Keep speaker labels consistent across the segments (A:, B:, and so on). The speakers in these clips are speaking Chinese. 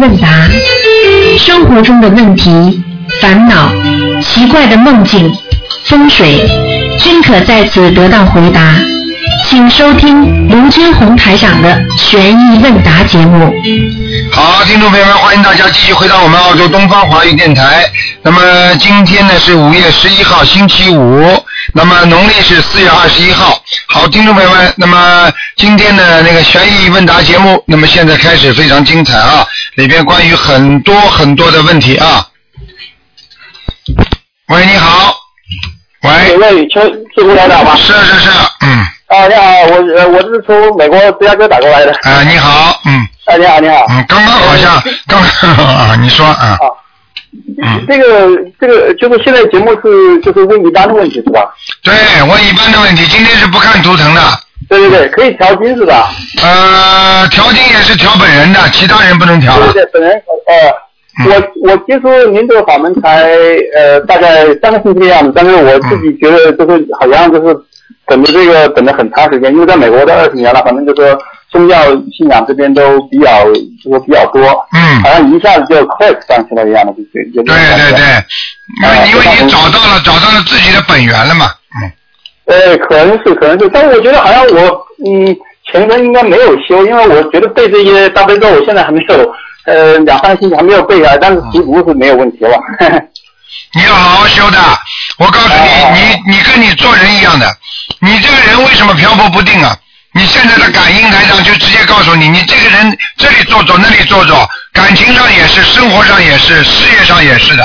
A: 问答，生活中的问题、烦恼、奇怪的梦境、风水，均可在此得到回答。请收听卢军红台长的《悬疑问答》节目。
B: 好，听众朋友们，欢迎大家继续回到我们澳洲东方华语电台。那么今天呢是五月十一号，星期五，那么农历是四月二十一号。好，听众朋友们，那么今天的那个悬疑问答节目，那么现在开始非常精彩啊，里边关于很多很多的问题啊。喂，你好，喂，
C: 喂，请是吴台长吗？
B: 是是是，嗯，
C: 啊，你好，我呃我是从美国芝加哥打过来的。
B: 啊，你好，嗯
C: 啊，你好，你好。
B: 嗯，刚刚好像刚刚 啊，你说啊，嗯
C: 呃这个这个就是现在节目是就是问一般的问题是吧？
B: 对我一般的问题，今天是不看图腾的，
C: 对对对，可以调金是吧？
B: 呃，调经也是调本人的，其他人不能调啊嗯
C: 对
B: 了。
C: 对对，本人呃，我我接触您这个法门才呃大概三个星期的样子，但是我自己觉得就是好像就是等着这个等了很长时间，因为在美国待二十年了，反正就是说宗教信仰这边都比较就是比较多，
B: 嗯
C: 好，像一下子就 click 上去了一样的，就就就这种
B: 对
C: 感
B: 对
C: 觉。啊
B: 对，因为因为你找到了找到了自己的本源了嘛，嗯，
C: 呃，可能是，可能是，但是我觉得好像我，嗯，前身应该没有修，因为我觉得背这些大悲咒，我现在还没有，呃，两三个星期还没有背下来，但是习读是没有问题了。
B: 你要好好修的。我告诉
C: 哦
B: 你，你你跟你做人一样的，你这个人为什么漂泊不定啊？你现在的感应台上就直接告诉你，你这个人这里做做那里做做，感情上也是，生活上也是，事业上也是的，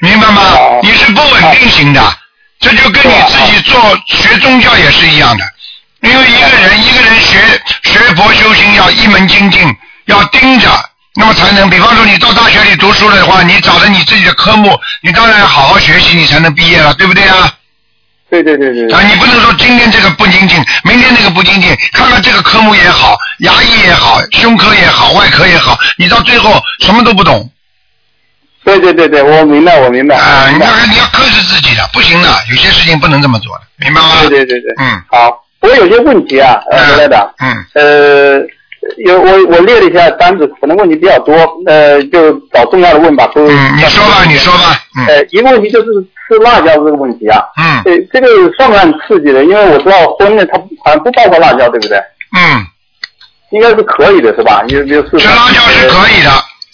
B: 明白吗
C: 哦？
B: 你是不稳定型的，这就跟你自己做学宗教也是一样的，因为一个人一个人学学佛修心要一门精进，要盯着，那么才能。比方说你到大学里读书了的话，你找着你自己的科目，你当然要好好学习，你才能毕业了，对不对啊？
C: 对对对对对
B: 啊，你不能说今天这个不精进，明天那个不精进，看看这个科目也好，牙医也好，胸科也好，外科也好，你到最后什么都不懂
C: 对对对对，我明白，我明白。
B: 啊！你
C: 明白
B: 要你要克制自己的，不行的，有些事情不能这么做的，明白吗？
C: 对对对对，
B: 嗯
C: 好，我有些问题啊，呃，
B: 嗯
C: 罗台长，
B: 嗯
C: 呃，有我我列了一下单子，可能问题比较多，呃，就找重要的问吧，都。
B: 嗯，你说吧，你说。吧，嗯
C: 呃，一个问题就是吃辣椒这个问题啊，
B: 嗯
C: 对，这个算不算刺激的？因为我知道荤的它好像不包括辣椒，对不对？
B: 嗯，
C: 应该是可以的，是吧？因为就是
B: 吃辣椒是可以的。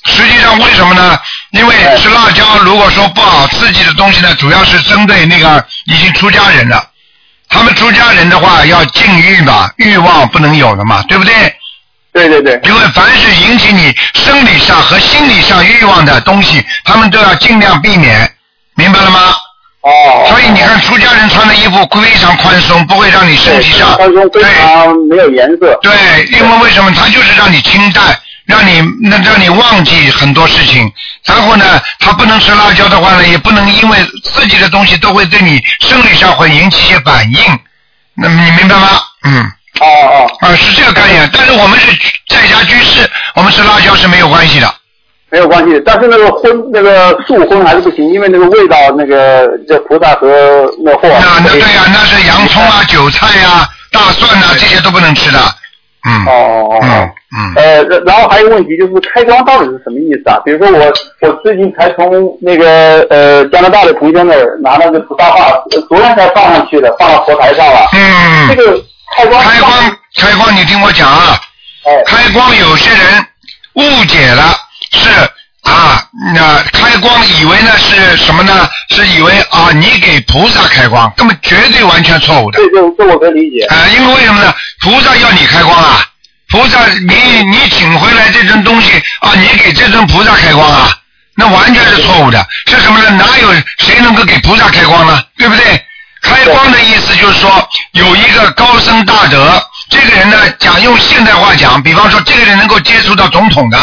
B: 实际上为什么呢？因
C: 哎
B: 为吃辣椒如果说不好刺激的东西呢，主要是针对那个已经出家人了。他们出家人的话要禁欲嘛，欲望不能有了嘛，对不对？
C: 对对对，
B: 因为凡是引起你生理上和心理上欲望的东西，他们都要尽量避免，明白了吗？
C: 哦。
B: 所以你看，出家人穿的衣服非常宽松，不会让你身
C: 对，
B: 体上
C: 它说非
B: 对
C: 常没有颜色。
B: 对，因为为什么？它就是让你清淡，让你那让你忘记很多事情。然后呢，他不能吃辣椒的话呢，也不能因为刺激的东西都会对你生理上会引起一些反应。那么你明白吗？嗯。
C: 哦哦，
B: 啊，是这个概念，但是我们是居在家居士，我们吃辣椒是没有关系的。
C: 没有关系。但是那个荤那个素荤还是不行，因为那个味道，那个这菩萨和那货。啊
B: 那啊那对呀、那是洋葱啊、韭菜呀、大蒜呐、这些都不能吃的。嗯
C: 哦哦哦。
B: 嗯嗯，
C: 呃，然然后还有个问题就是开光到底是什么意思啊？比如说我我最近才从那个呃加拿大的同学那儿拿那个菩萨画，呃昨天才放上去的，放到佛台上了。
B: 嗯
C: 这个开光
B: 开光开光，你听我讲啊，
C: 哎
B: 开光有些人误解了，是啊，那开光以为呢是什么呢？是以为啊你给菩萨开光，根本绝对完全错误的。
C: 这就这我可以理解。
B: 啊，因为为什么呢？菩萨要你开光啊，菩萨你
C: 嗯
B: 你请回来这尊东西啊，你给这尊菩萨开光啊，那完全是错误的。是什么呢？哪有谁能够给菩萨开光呢？对不对？开光的意思就是说有一个高僧大德，这个人呢，讲用现代话讲，比方说这个人能够接触到总统的，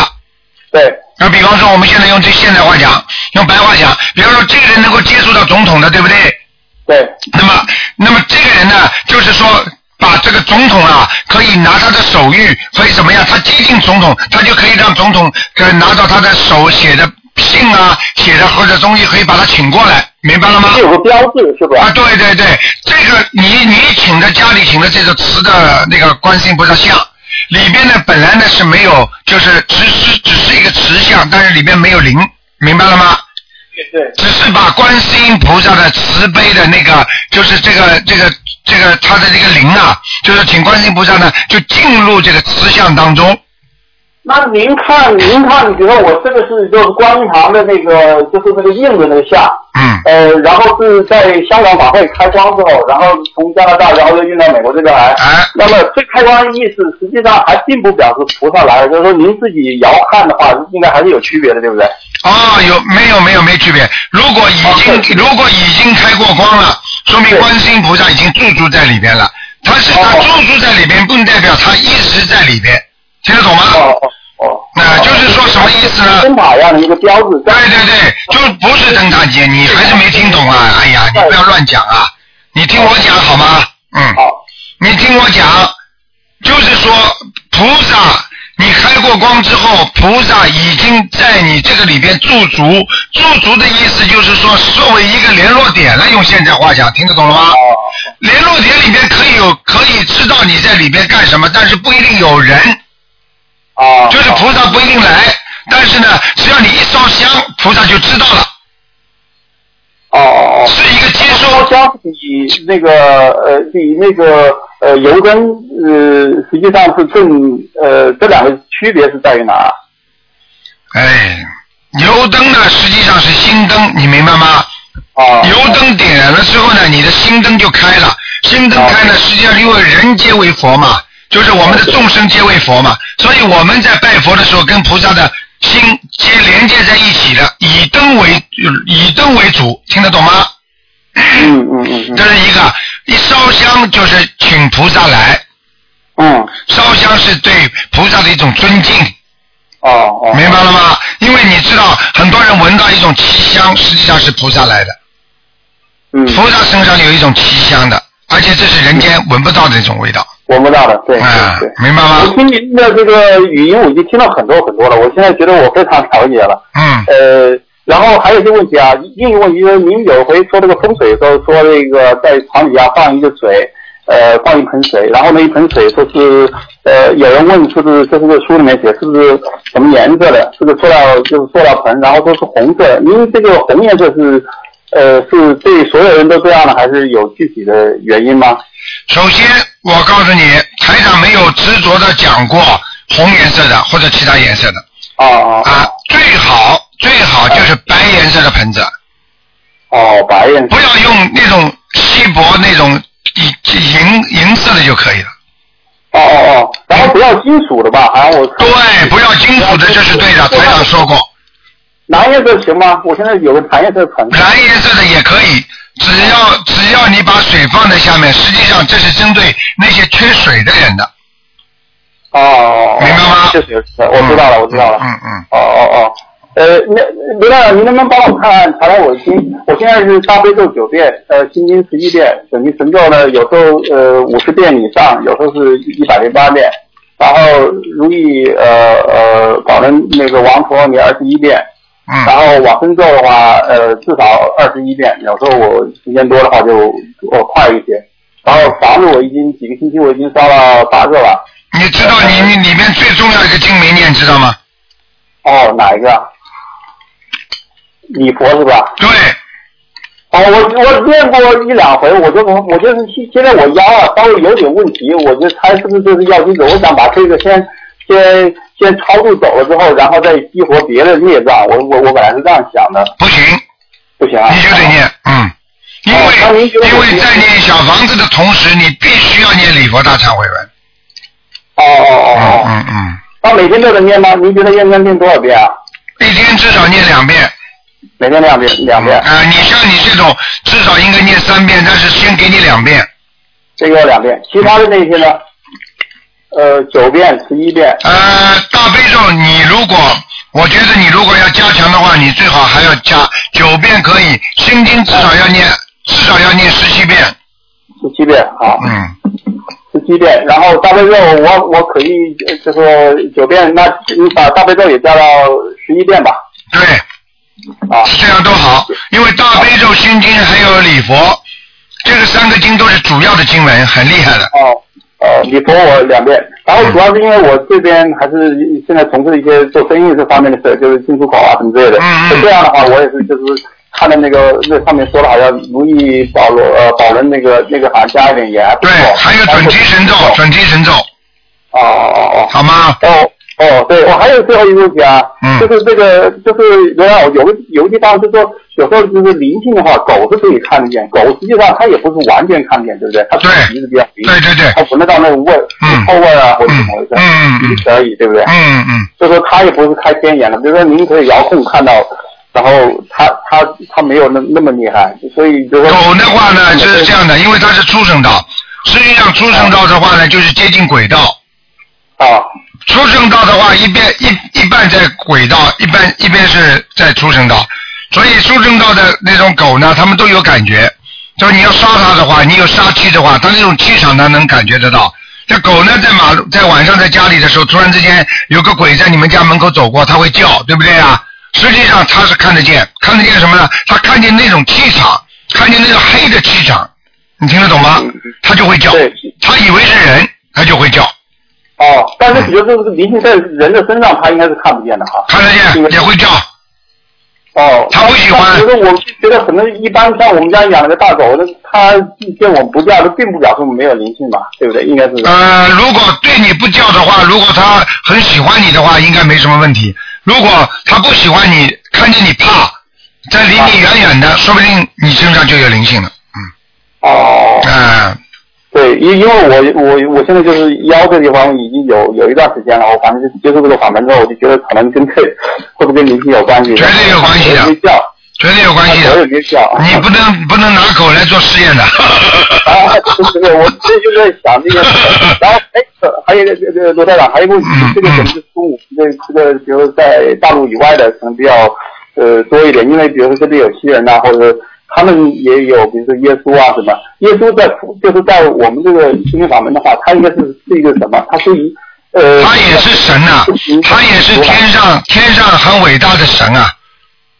C: 对
B: 那比方说我们现在用这现代话讲，用白话讲，比方说这个人能够接触到总统的，对不对？
C: 对
B: 那么，那么这个人呢，就是说把这个总统啊，可以拿他的手谕，所以怎么样？他接近总统，他就可以让总统呃拿到他的手写的信啊，写的或者东西，可以把他请过来，明白了吗？
C: 这有个标志是吧
B: 啊，？对对对，这个你你请的家里请的这个瓷的那个观世音菩萨像，里边呢本来呢是没有，就是只是只是一个慈像，但是里边没有灵，明白了吗？
C: 对，
B: 只是把观世音菩萨的慈悲的那个，就是这个这个这个他的这个灵啊，就是请观世音菩萨呢就进入这个慈像当中。
C: 那您看，您看，比如说我这个是就是观音堂的那个，就是那个印的那个像，
B: 嗯，
C: 呃，然后是在香港法会开光之后，然后从加拿大，然后又运到美国这边来。
B: 哎，
C: 那么这开光的意思，实际上还并不表示菩萨来了，就是说您自己遥看的话，应该还是有区别的，对不对？
B: 哦，有没有没有没区别？如果已经、
C: 哦对
B: 如果已经开过光了，说明
C: 对
B: 观世音菩萨已经驻住在里边了。他是他
C: 哦
B: 驻住在里边，并不代表他一直在里边，听得懂吗？
C: 哦哦哦。
B: 那就是说什么意思呢
C: 灯塔一样的一个标志。
B: 对对对，就不是灯塔节，你还是没听懂啊！
C: 哦
B: 哎呀，你不要乱讲啊！你听我讲好吗？嗯，
C: 好，
B: 你听我讲，就是说菩萨，你开过光之后，菩萨已经在你这个里边驻足，驻足的意思就是说作为一个联络点了，用现在话讲，听得懂了吗？
C: 哦，
B: 联络点里边可以有，可以知道你在里边干什么，但是不一定有人。
C: 哦，
B: 就是菩萨不一定来，但是呢，只要你一烧香，菩萨就知道了，
C: 哦哦哦。
B: 是一个接
C: 烧
B: 收。
C: 香比那个呃比那个呃油灯呃实际上是更呃这两个区别是在于哪儿啊？
B: 哎，油灯呢，实际上是心灯，你明白吗？
C: 啊，
B: 油灯点了之后呢，你的心灯就开了，心灯开了，
C: 啊
B: 实际上因为人皆为佛嘛，就是我们的众生皆为佛嘛，所以我们在拜佛的时候跟菩萨的心接连接在一起的，以灯为以灯为主，听得懂吗？
C: 嗯嗯嗯
B: 这是一个，一烧香就是请菩萨来，
C: 嗯，嗯，
B: 烧香是对菩萨的一种尊敬，
C: 哦哦，
B: 明白了吗？因为你知道，很多人闻到一种气香，实际上是菩萨来的，
C: 嗯，
B: 菩萨身上有一种气香的，而且这是人间闻不到的一种味道，
C: 闻不到的，对
B: 啊
C: 对对，。
B: 明白
C: 我
B: 吗？
C: 听您的这个语音，我已经听了很多很多了，我现在觉得我非常了解了。
B: 嗯，
C: 呃，然后还有一个问题啊，另一个问题就是您有回说这个风水的时候说那个在床底下放一个水，呃，放一盆水，然后那一盆水说是呃，有人问是不是这是个书里面写是不是什么颜色的，是个塑料就是塑料盆，然后说是红色，您这个红颜色是呃是对所有人都这样的，还是有具体的原因吗？
B: 首先我告诉你，台长没有执着的讲过红颜色的或者其他颜色的
C: 啊啊
B: 啊，最好最好就是白颜色的盆子，
C: 嗯哦，白颜色
B: 不要用那种稀薄那种银银银色的就可以了。
C: 哦哦哦，然后不要金属的吧，好像我
B: 对，不要金属的，这是对的，台长说过，
C: 蓝颜色行吗？我现在有个蓝颜色盆。
B: 蓝颜色的也可以，只要只要你把水放在下面，实际上这是针对那些缺水的人的，
C: 哦，
B: 明白吗
C: 确实有，我知道了，我知道了。
B: 嗯嗯，
C: 哦哦哦，呃，那刘大长，您能不能帮我看查查我的经？我现在是大悲咒九遍，呃，心经十一遍，准提神咒呢，有时候呃五十遍以上，有时候是一百零八遍，然后如意呃呃保人那个王陀你二十一遍，
B: 嗯
C: 然
B: 嗯
C: 后往生咒的话，呃，至少二十一遍，有时候我时间多的话就我快一些。然后房子我已经几个星期我已经烧了八个了。
B: 嗯你知道你你里面最重要一个经没念，知道吗？
C: 哦，哪一个啊？礼佛是吧？
B: 对，
C: 哦，我我练过一两回，我就我就是现现在我腰啊稍微有点问题，我就猜是不是就是药精子，我想把这个先先先超度走了之后，然后再激活别的孽障。我我我本来是这样想的，
B: 不行，
C: 不行啊。
B: 你就得念，嗯，因
C: 哦
B: 为因为在念小房子的同时，你必须要念礼佛大忏悔文，
C: 哦哦哦
B: 嗯
C: 哦。
B: 嗯嗯，
C: 那每天都能念吗？您觉得要念念多少遍啊？
B: 一天至少念两遍。
C: 每天两遍，两遍，
B: 啊、你像你这种至少应该念三遍，但是先给你两遍
C: 这个要两遍，其他的那些呢？呃，九遍、十一遍。
B: 呃，大悲咒，你如果我觉得你如果要加强的话，你最好还要加九遍可以，心经至少要念至少要念十七遍。
C: 十七遍啊，
B: 嗯，
C: 十七遍。然后大悲咒我我可以呃就是九遍，那你把大悲咒也加到十一遍吧。
B: 对，
C: 啊，
B: 这样都好，因为大悲咒、心经还有礼佛，这个三个经都是主要的经文，很厉害的。
C: 哦呃，你佛我两遍，然后主要是因为我这边还是现在从事一些做生意这方面的事，就是进出口啊什么之类的。
B: 嗯嗯
C: 这样的话，我也是就是看到那个那上面说了，好像如意宝轮呃宝轮那个那个好像加一点盐，啊
B: 对，还有准提神咒，准提神咒，
C: 哦哦哦。
B: 好吗？
C: 哦哦，对，我还有最后一个问题啊，
B: 嗯
C: 就是这个，就是刘老有个有个地方，就是说有时候就是灵性的话，狗是可以看得见，狗实际上它也不是完全看得见，对不对？它只是
B: 对
C: 鼻子比较灵，
B: 对对对，
C: 它闻得到那个味儿
B: 嗯，
C: 臭味儿啊，或者怎么回事，
B: 嗯嗯嗯
C: 仅此而已，对不对？
B: 嗯嗯，
C: 所以说它也不是开天眼的，比如说您可以遥控看到，然后它它它没有那那么厉害，所以就是说嗯
B: 狗的话呢是这样的，因为它是畜生道，实际上畜生道的话呢就是接近轨道，
C: 啊，
B: 出生道的话，一边一一半在轨道，一半一边是在出生道，所以出生道的那种狗呢，它们都有感觉。就是你要杀它的话，你有杀气的话，它那种气场它能感觉得到。这狗呢，在马路在晚上在家里的时候，突然之间有个鬼在你们家门口走过，它会叫，对不对啊？实际上它是看得见，看得见什么呢？它看见那种气场，看见那个黑的气场，你听得懂吗
C: 嗯？
B: 它就会叫
C: 对，
B: 它以为是人，它就会叫。
C: 哦，但是比如说这个灵性在人的身上，它应该是看不见的哈。
B: 看得
C: 这
B: 见
C: 个
B: 也会叫，
C: 哦，
B: 他不喜欢
C: 但觉得我就觉得可能一般像我们家养了个大狗，那它见我们不叫，那并不表示我们没有灵性吧，对不对？应该是
B: 呃，如果对你不叫的话，如果他很喜欢你的话，应该没什么问题。如果他不喜欢你，看见你怕，在离你远
C: 嗯
B: 远的，说不定你身上就有灵性了。
C: 哦，
B: 嗯、
C: 对，因因为我我我现在就是腰这地方已经有有一段时间了，我反正就接触这个法门之后，我就觉得可能跟这会不会跟灵性有关系？
B: 绝对有关系的
C: 我也没叫，啊
B: 绝对有关系
C: 我也
B: 的。
C: 没叫。
B: 你不能不能拿狗来做试验 的。
C: 啊，对对，我这就在想这个，然后哎，还有一个这个罗台长，还有一个问题
B: 嗯，
C: 这个可能是中午这这个，比如在大陆以外的可能比较呃多一点，因为比如说这里有西人呐、或者他们也有，比如说耶稣啊什么，耶稣在就是在我们这个心灵法门的话，他应该是是一个什么？他是一呃，
B: 他也是神呐、他也是天上天上很伟大的神啊，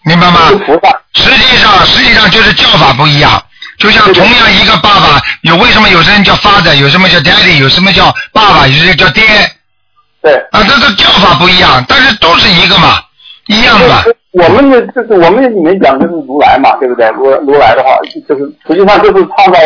B: 明白吗？
C: 嗯是菩萨，
B: 实际上，实际上就是叫法不一样。就像同样一个爸爸，有为什么有些人叫 father，有什么叫 daddy，有什么叫爸爸，有些叫爹
C: 对。
B: 啊，这这叫法不一样，但是都是一个嘛，一样的嘛。
C: 我们的就是我们里面讲的是如来嘛，对不对？如如来的话，就是实际上就是创造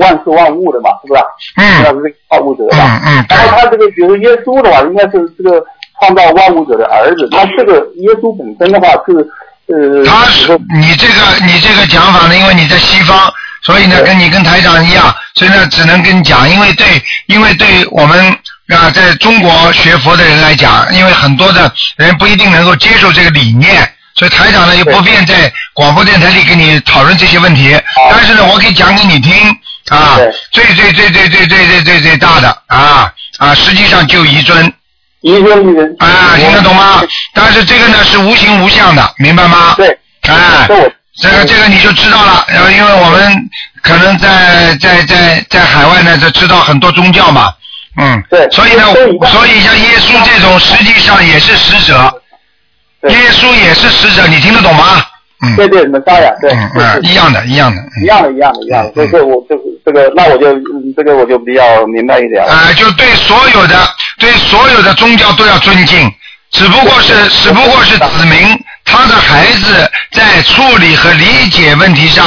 C: 万事万物的嘛，是吧？
B: 嗯
C: 他是这个造物者
B: 嗯
C: 吧？
B: 嗯，对
C: 然，后他这个，比如说耶稣的话，应该是这个创造万物者的儿子。他这个耶稣本身的话是，呃，
B: 他
C: 比如
B: 是
C: 说
B: 你这个你这个讲法呢，因为你在西方，所以呢
C: 对
B: 跟你跟台长一样，所以呢只能跟你讲，因为对因为对我们啊在中国学佛的人来讲，因为很多的人不一定能够接受这个理念。所以台长呢又不便在广播电台里跟你讨论这些问题，但是呢，我可以讲给你听啊
C: 对，
B: 最最最最最最最最最大的啊啊，实际上就一尊
C: 一个人
B: 啊，听得 懂吗？但是这个呢是无形无相的，明白吗？
C: 对，
B: 哎
C: 这我
B: 这个这个你就知道了，然后因为我们可能在在在在海外呢，就知道很多宗教嘛，嗯，
C: 对
B: 所以呢
C: 都一，样
B: 所以像耶稣这种，实际上也是使者，
C: 对
B: 耶稣也是使者，你听得懂吗？嗯，
C: 对对，你们当然对，
B: 嗯嗯，
C: 是
B: 一样的，一样的，
C: 是一
B: 嗯，
C: 样的，一样的，一样的。所以说我就是这个，那我就嗯这个我就比较明白一点了。
B: 啊、就对所有的对所有的宗教都要尊敬，只不过是只不过是子民他的孩子在处理和理解问题上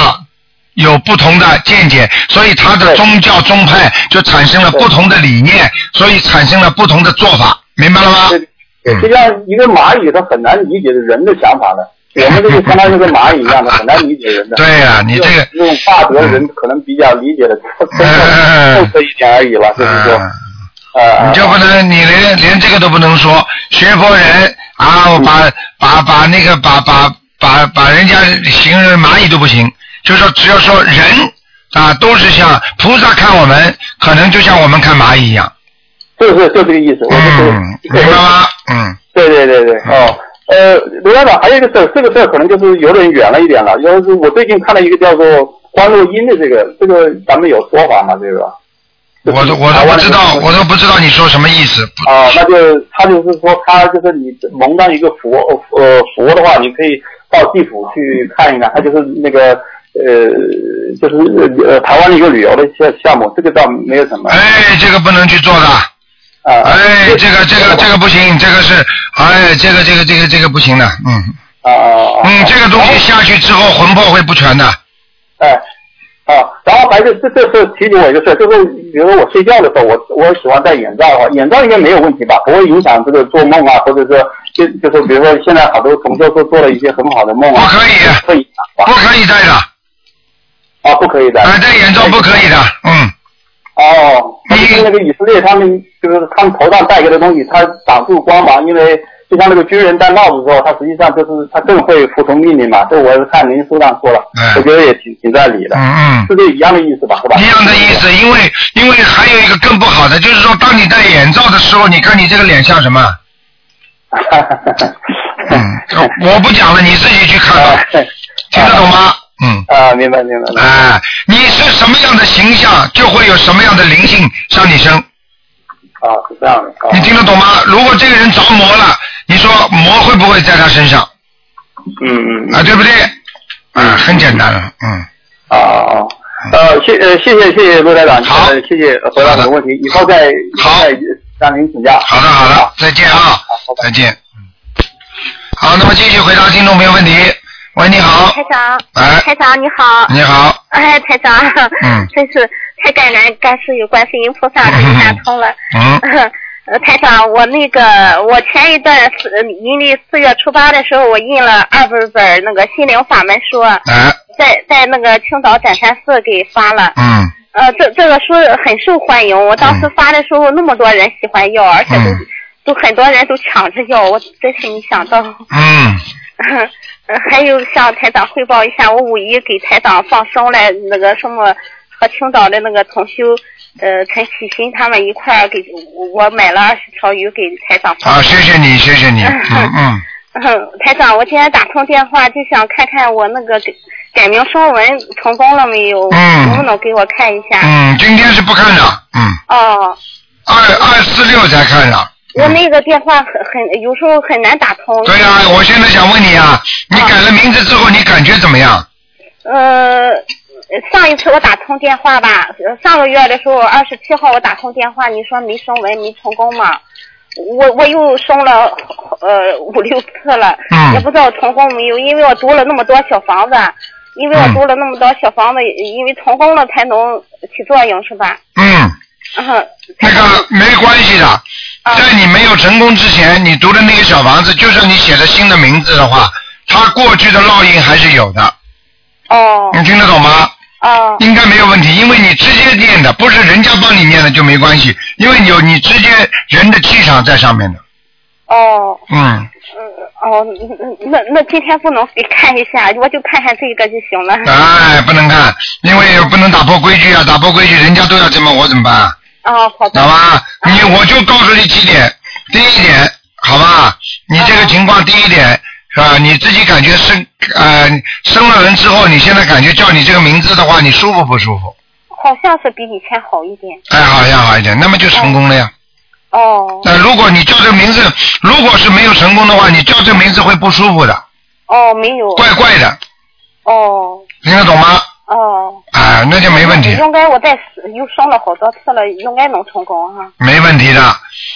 B: 有不同的见解，所以他的
C: 对
B: 宗教宗派就产生了不同的理念，所以产生了不同的做法，明白了吗？
C: 对
B: 嗯
C: 对，就像一个蚂蚁，它很难理解人的想法的。我们这个相当于跟蚂蚁一样的，很难理解人的。
B: 对呀、你这个，
C: 这种大德人可能比较理解的透
B: 嗯
C: 彻一点而已吧，就是说，
B: 嗯。
C: 呃，
B: 你就不能，你连连这个都不能说，学佛人啊，
C: 嗯
B: 我把把把那个把把把把人家形容蚂蚁都不行，就说只要说人啊，都是像菩萨看我们，可能就像我们看蚂蚁一样，
C: 就是就这个意思，我就是
B: 嗯，明白吗？嗯，
C: 对对对对，哦。呃，刘院长，还有一个事儿，这个事儿可能就是有点远了一点了。因为是我最近看了一个叫做观落阴的这个，这个咱们有说法吗？这个？
B: 我都我都不知道，我都不知道你说什么意思，
C: 啊，那就他就是说，他就是你蒙当一个佛呃佛的话，你可以到地府去看一看，他就是那个呃，就是呃台湾的一个旅游的一些项目，这个倒没有什么
B: 哎，这个不能去做的。
C: 啊。
B: 哎，这个这个这个不行，这个是，哎，这个这个这个这个不行的，嗯
C: 啊啊啊！
B: 嗯，这个东西下去之后魂魄会不全的，
C: 哎，啊，然后还是这这是提醒我一个事儿，就是比如说我睡觉的时候，我我喜欢戴眼罩啊，眼罩应该没有问题吧，不会影响这个做梦啊，或者说就就是比如说现在好多同学都做了一些很好的梦
B: 不
C: 啊，
B: 可以，
C: 会影响
B: 不
C: 吧？
B: 可以戴的，
C: 啊，不可以的。
B: 啊，戴眼罩不可以的，嗯，
C: 哦，
B: 你
C: 就是那个以色列他们就是他们头上戴个的东西，它挡住光芒，因为就像那个军人戴帽子之后，他实际上就是他更会服从命令嘛。这我看您书上说了，
B: 哎
C: 我觉得也挺挺在理的，
B: 嗯
C: 是这一样的意思吧？是吧？
B: 嗯，一样的意。思，因为 因为还有一个更不好的，就是说当你戴眼罩的时候，你看你这个脸像什 么？嗯，我不讲了，你自己去看 吧，听得懂吗？嗯。
C: 啊，明白明白。明白
B: 哎，你是什么样的形象，就会有什么样的灵性上你身。
C: 啊，是这样的。啊
B: 你听得懂吗？如果这个人着魔了，你说魔会不会在他身上
C: 嗯嗯
B: 啊？对不对？啊，很简单了，嗯。
C: 啊啊。呃，谢呃，谢谢谢谢陆台长，
B: 好
C: 呃谢谢回答我的问题，以后再
B: 好
C: 再让您请教。
B: 好的，好的，再见啊，再见。好，那么继续回答听众朋友问题。喂，你好，
D: 台长，
B: 哎，
D: 台长你好，
B: 你好，
D: 哎，台长，
B: 嗯
D: 真是太感人，感谢有观世音菩 萨给你打通了。
B: 嗯，
D: 呃，台长，我那个，我前一段四阴历四月初八的时候，我印了二本本那个心灵法门书，啊
B: 哎，
D: 在在那个青岛展山寺给发了。
B: 嗯，
D: 呃，这这个书很受欢迎，我当时发的时候，那么多人喜欢要，而且都、
B: 嗯
D: 都很多人都抢着要，我真是没想到。
B: 嗯，
D: 呃还有向台长汇报一下，我五一给台长放生了，那个什么和青岛的那个同修，呃，陈启新他们一块儿给我我买了二十条鱼给台长放。
B: 好，啊谢谢你，谢谢 你，嗯嗯，
D: 嗯台长，我今天打通电话就想看看我那个改改名声纹成功了没有，
B: 嗯
D: 能不能给我看一下？
B: 嗯，今天是不看的，嗯，
D: 哦，
B: 二二四六才看啊的。
D: 我那个电话很很有时候很难打通。
B: 对啊呀、哎我现在想问你啊，你改了名字之后，你感觉怎么样？
D: 呃，上一次我打通电话吧，呃上个月的时候二十七号我打通电话，你说没升文没成功嘛？我我又升了呃五六次了，
B: 嗯
D: 也不知道成功没有，因为我读了那么多小房子，因为我
B: 嗯
D: 读了那么多小房子，因为成功了才能起作用是吧？
B: 嗯，
D: 嗯哼，
B: 那个没关系的，
D: 啊
B: 在你没有成功之前，你读的那个小房子，就算你写了新的名字的话，它过去的烙印还是有的。
D: 哦
B: 你听得懂吗？
D: 哦
B: 应该没有问题，因为你直接念的，不是人家帮你念的就没关系，因为有你直接人的气场在上面的。
D: 哦
B: 嗯，
D: 哦，那那今天不能给看一下，我就看看这个就行了。
B: 哎，不能看，因为不能打破规矩啊，打破规矩人家都要这么，我怎么办啊、
D: 哦，好的
B: 好。吧，你我就告诉你几点。第一点，好吧，你这个情况，第一点是吧？你自己感觉生呃生了人之后，你现在感觉叫你这个名字的话，你舒服不舒服？
D: 好像是比以前好一点。
B: 哎，好像好一点，那么就成功了呀。
D: 哦
B: 那、呃如果你叫这个名字，如果是没有成功的话，你叫这个名字会不舒服的，
D: 哦，没有。
B: 怪怪的，
D: 哦
B: 听得懂吗？
D: 哦。
B: 啊、那就没问题，
D: 应该嗯我再试又生了好多次了，应该能成功哈、
B: 没问题的。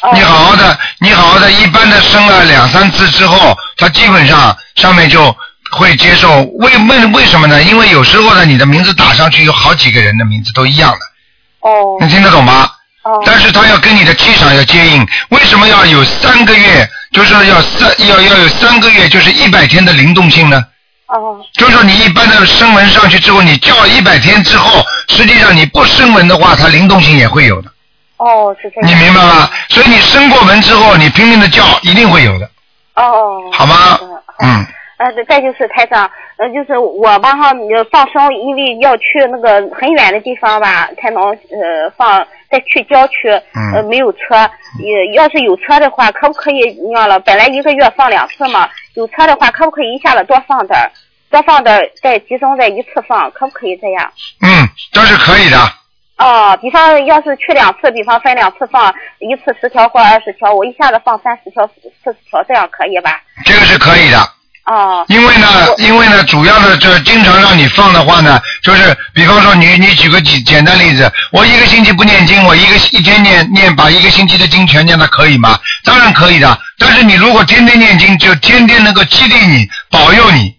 D: 哦、
B: 你好好的，你好好的，一般的生了两三次之后，它基本上上面就会接受。为为为什么呢？因为有时候呢，你的名字打上去有好几个人的名字都一样的，
D: 哦
B: 你听得懂吗？
D: 哦
B: 但是它要跟你的气场要接应。为什么要有三个月？就是要三要要有三个月，就是一百天的灵动性呢？
D: 哦
B: 就是说你一般的声纹上去之后，你叫一百天之后，实际上你不声纹的话，它灵动性也会有的，
D: 哦，是这样。
B: 你明白吗？所以你声过纹之后，你拼命的叫，一定会有的。
D: 哦。
B: 好吗？嗯，
D: 呃，再就是台长，呃，就是我吧哈，呃放生，因为要去那个很远的地方吧，才能呃放，再去郊区，呃，
B: 嗯
D: 没有车，也要是有车的话，可不可以那样了？本来一个月放两次嘛，有车的话，可不可以一下子多放点儿，多放点儿，再集中在一次放，可不可以这样？
B: 嗯，这是可以的。
D: 哦，比方要是去两次，比方分两次放，一次十条或二十条，我一下子放三十条、四十条，这样可以吧？
B: 这个是可以的，
D: 哦，
B: 因为呢，因为呢，主要的这经常让你放的话呢，就是比方说你你举个简简单例子，我一个星期不念经，我一个一天念念把一个星期的经全念了，可以吗？当然可以的，但是你如果天天念经，就天天能够激励你、保佑你。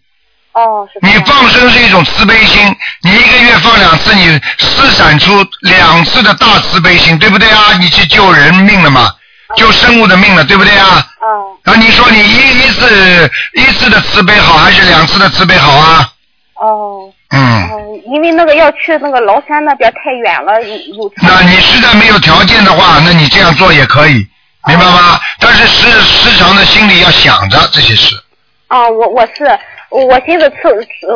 D: 哦，是这
B: 你
D: 样
B: 放生是一种慈悲心，你一个月放两次，你施展出两次的大慈悲心，对不对啊？你去救人命了嘛，
D: 哦
B: 救生物的命了，对不对啊？
D: 嗯，
B: 那你说你一一次一次的慈悲好，还是两次的慈悲好啊？
D: 哦，
B: 嗯，
D: 哦，因为那个要去那个崂山那边太远了，有有车。
B: 那你实在没有条件的话，那你这样做也可以，明白吗？但是时时常的心里要想着这些事。
D: 啊，我我是我寻思吃，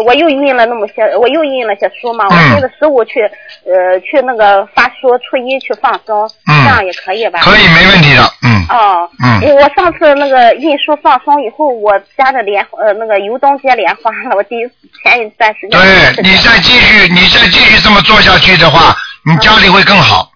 D: 我又印了那么些，我又印了些书嘛。我
B: 嗯
D: 寻思十五去，呃，去那个发书，初一去放生，
B: 嗯
D: 这样也可以吧？
B: 可以，没问题的，嗯
D: 哦，
B: 嗯
D: 我我上次那个印书放生以后，我家的莲呃那个油灯结莲花了，我第一前一段时间
B: 对你再继续，你再继续这么做下去的话，你家里会更好。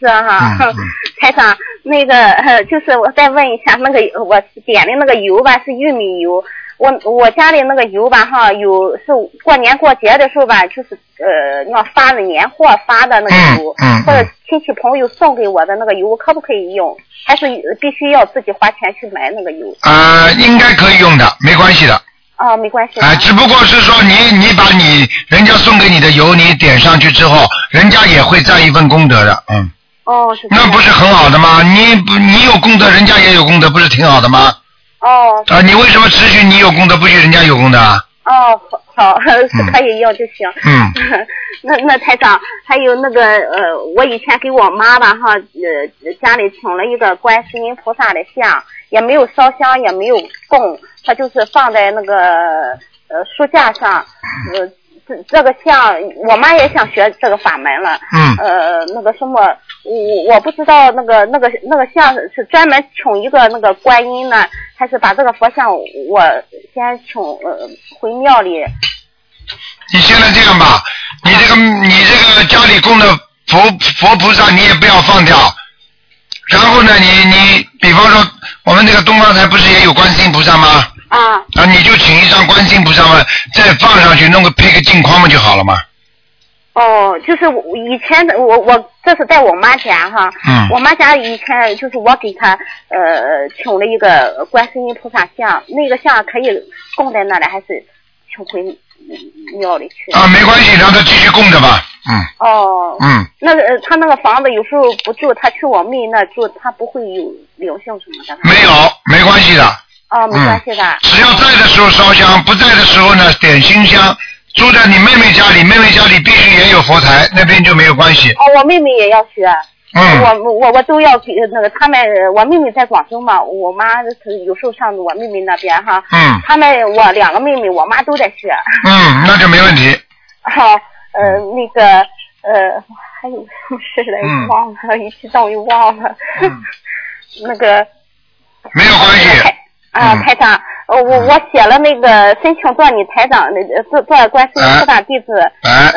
D: 是啊哈、
B: 嗯嗯
D: 台长，那个呃就是我再问一下，那个我点的那个油吧是玉米油，我我家里那个油吧哈有是过年过节的时候吧，就是呃要发的年货发的那个油，
B: 嗯嗯嗯
D: 或者亲戚朋友送给我的那个油，我可不可以用？还是必须要自己花钱去买那个油？
B: 呃，应该可以用的，没关系的。
D: 哦，没关系的。
B: 啊、只不过是说你你把你人家送给你的油你点上去之后，人家也会占一份功德的，嗯，
D: 哦，是这
B: 那
D: 样。
B: 不是很好的吗？你不你有功德，人家也有功德，不是挺好的吗？
D: 哦
B: 啊、你为什么只许你有功德，不许人家有功德啊？
D: 哦，好，好 是可以用就行。
B: 嗯，
D: 那那台长，还有那个呃，我以前给我妈吧哈，呃，家里请了一个观世音菩萨的像，也没有烧香，也没有供，它就是放在那个呃书架上，呃，这这个像，我妈也想学这个法门了，
B: 嗯
D: 呃，那个什么，我我不知道那个那个那个像是专门请一个那个观音呢，还是把这个佛像我先请呃回庙里，
B: 你现在这样吧，你这个你这个家里供的佛佛菩萨你也不要放掉，然后呢，你你比方说我们这个东方台不是也有观世音菩萨吗？
D: 啊。
B: 啊，你就请一张观世音菩萨嘛，再放上去，弄个配个镜框嘛就好了嘛。
D: 哦，就是我以前的我我这是在我妈家哈，
B: 嗯
D: 我妈家以前就是我给她呃请了一个观世音菩萨像，那个像可以供在那里，还是请回嗯庙里去？
B: 啊，没关系，让他继续供着吧。嗯
D: 哦，
B: 嗯，
D: 那个呃她那个房子有时候不住，她去我妹那住，她不会有灵性什么的。
B: 没有，嗯没关系的。
D: 哦，没关系的。
B: 只要在的时候烧香，不在的时候呢点心香。住在你妹妹家里，妹妹家里必须也有佛台，那边就没有关 系。
D: 哦，我妹妹也要学。
B: 嗯，
D: 我我我都要给那个他们，我妹妹在广州嘛，我妈是有时候上我妹妹那边哈，
B: 嗯
D: 他们我两个妹妹，我妈都在学，
B: 嗯，那就没问题。
D: 哈、呃那个呃还有什么事来
B: 嗯
D: 忘了，一激动又忘了，
B: 嗯
D: 那个
B: 没有关系。
D: 啊
B: 嗯
D: 台长，呃我我写了那个申请做你台长的呃做做观世音菩萨弟子，
B: 哎，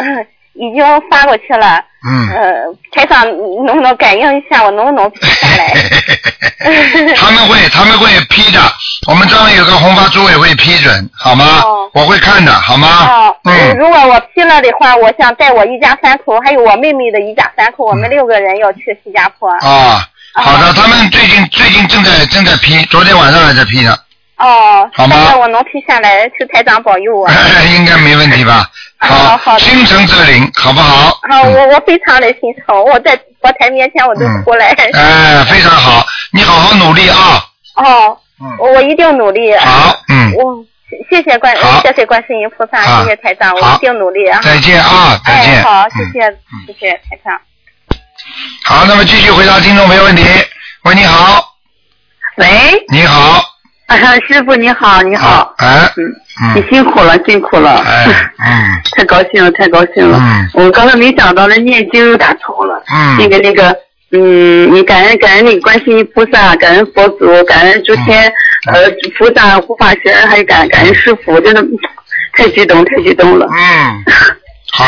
D: 已经发过去了，
B: 嗯。
D: 呃台长你能不能感应一下，我能不能批下来？
B: 他们会，他们会批的。我们专门有个红发组委会批准，好吗？
D: 哦
B: 我会看的，好吗
D: 哦？，
B: 嗯。
D: 如果我批了的话，我想带我一家三口，还有我妹妹的一家三口，我
B: 嗯
D: 们六个人要去新加坡。
B: 啊，好的，
D: 啊
B: 他们最近最近正在正在批，昨天晚上还在批呢，
D: 哦，
B: 好吗
D: 现在我能批下来，求台长保 佑我。
B: 应该没问题吧？
D: 啊好的
B: 心诚则灵，好不好？
D: 啊，
B: 嗯
D: 我我非常的心疼，我在佛台面前我都哭了。
B: 哎，非常好，你好好努力啊！
D: 哦，
B: 嗯，
D: 我一定努力。啊
B: 好，嗯，
D: 我谢谢观
B: 好，
D: 谢谢观世音菩
B: 啊
D: 萨，谢谢台长，我
B: 好
D: 一定努力啊。
B: 再见啊，再
D: 哎，
B: 见。
D: 好，谢
B: 嗯
D: 谢，谢谢台长。
B: 好，那么继续回答听众朋友问题。喂，你好，
E: 喂，
B: 你好，
E: 啊，师傅你好，你好，
B: 哎，
E: 嗯，你
B: 嗯，
E: 辛苦了，辛苦了，
B: 哎，嗯，
E: 太高兴了，太高兴了。
B: 嗯
E: 我刚才没想到那念经又打通了。
B: 嗯
E: 那个那个，嗯，你感恩感恩那个观世音菩萨，感恩佛祖，感恩诸天、
B: 嗯
E: 呃菩萨护法神，还有感感恩师傅，真的 嗯太激动，太激动了。
B: 嗯，好，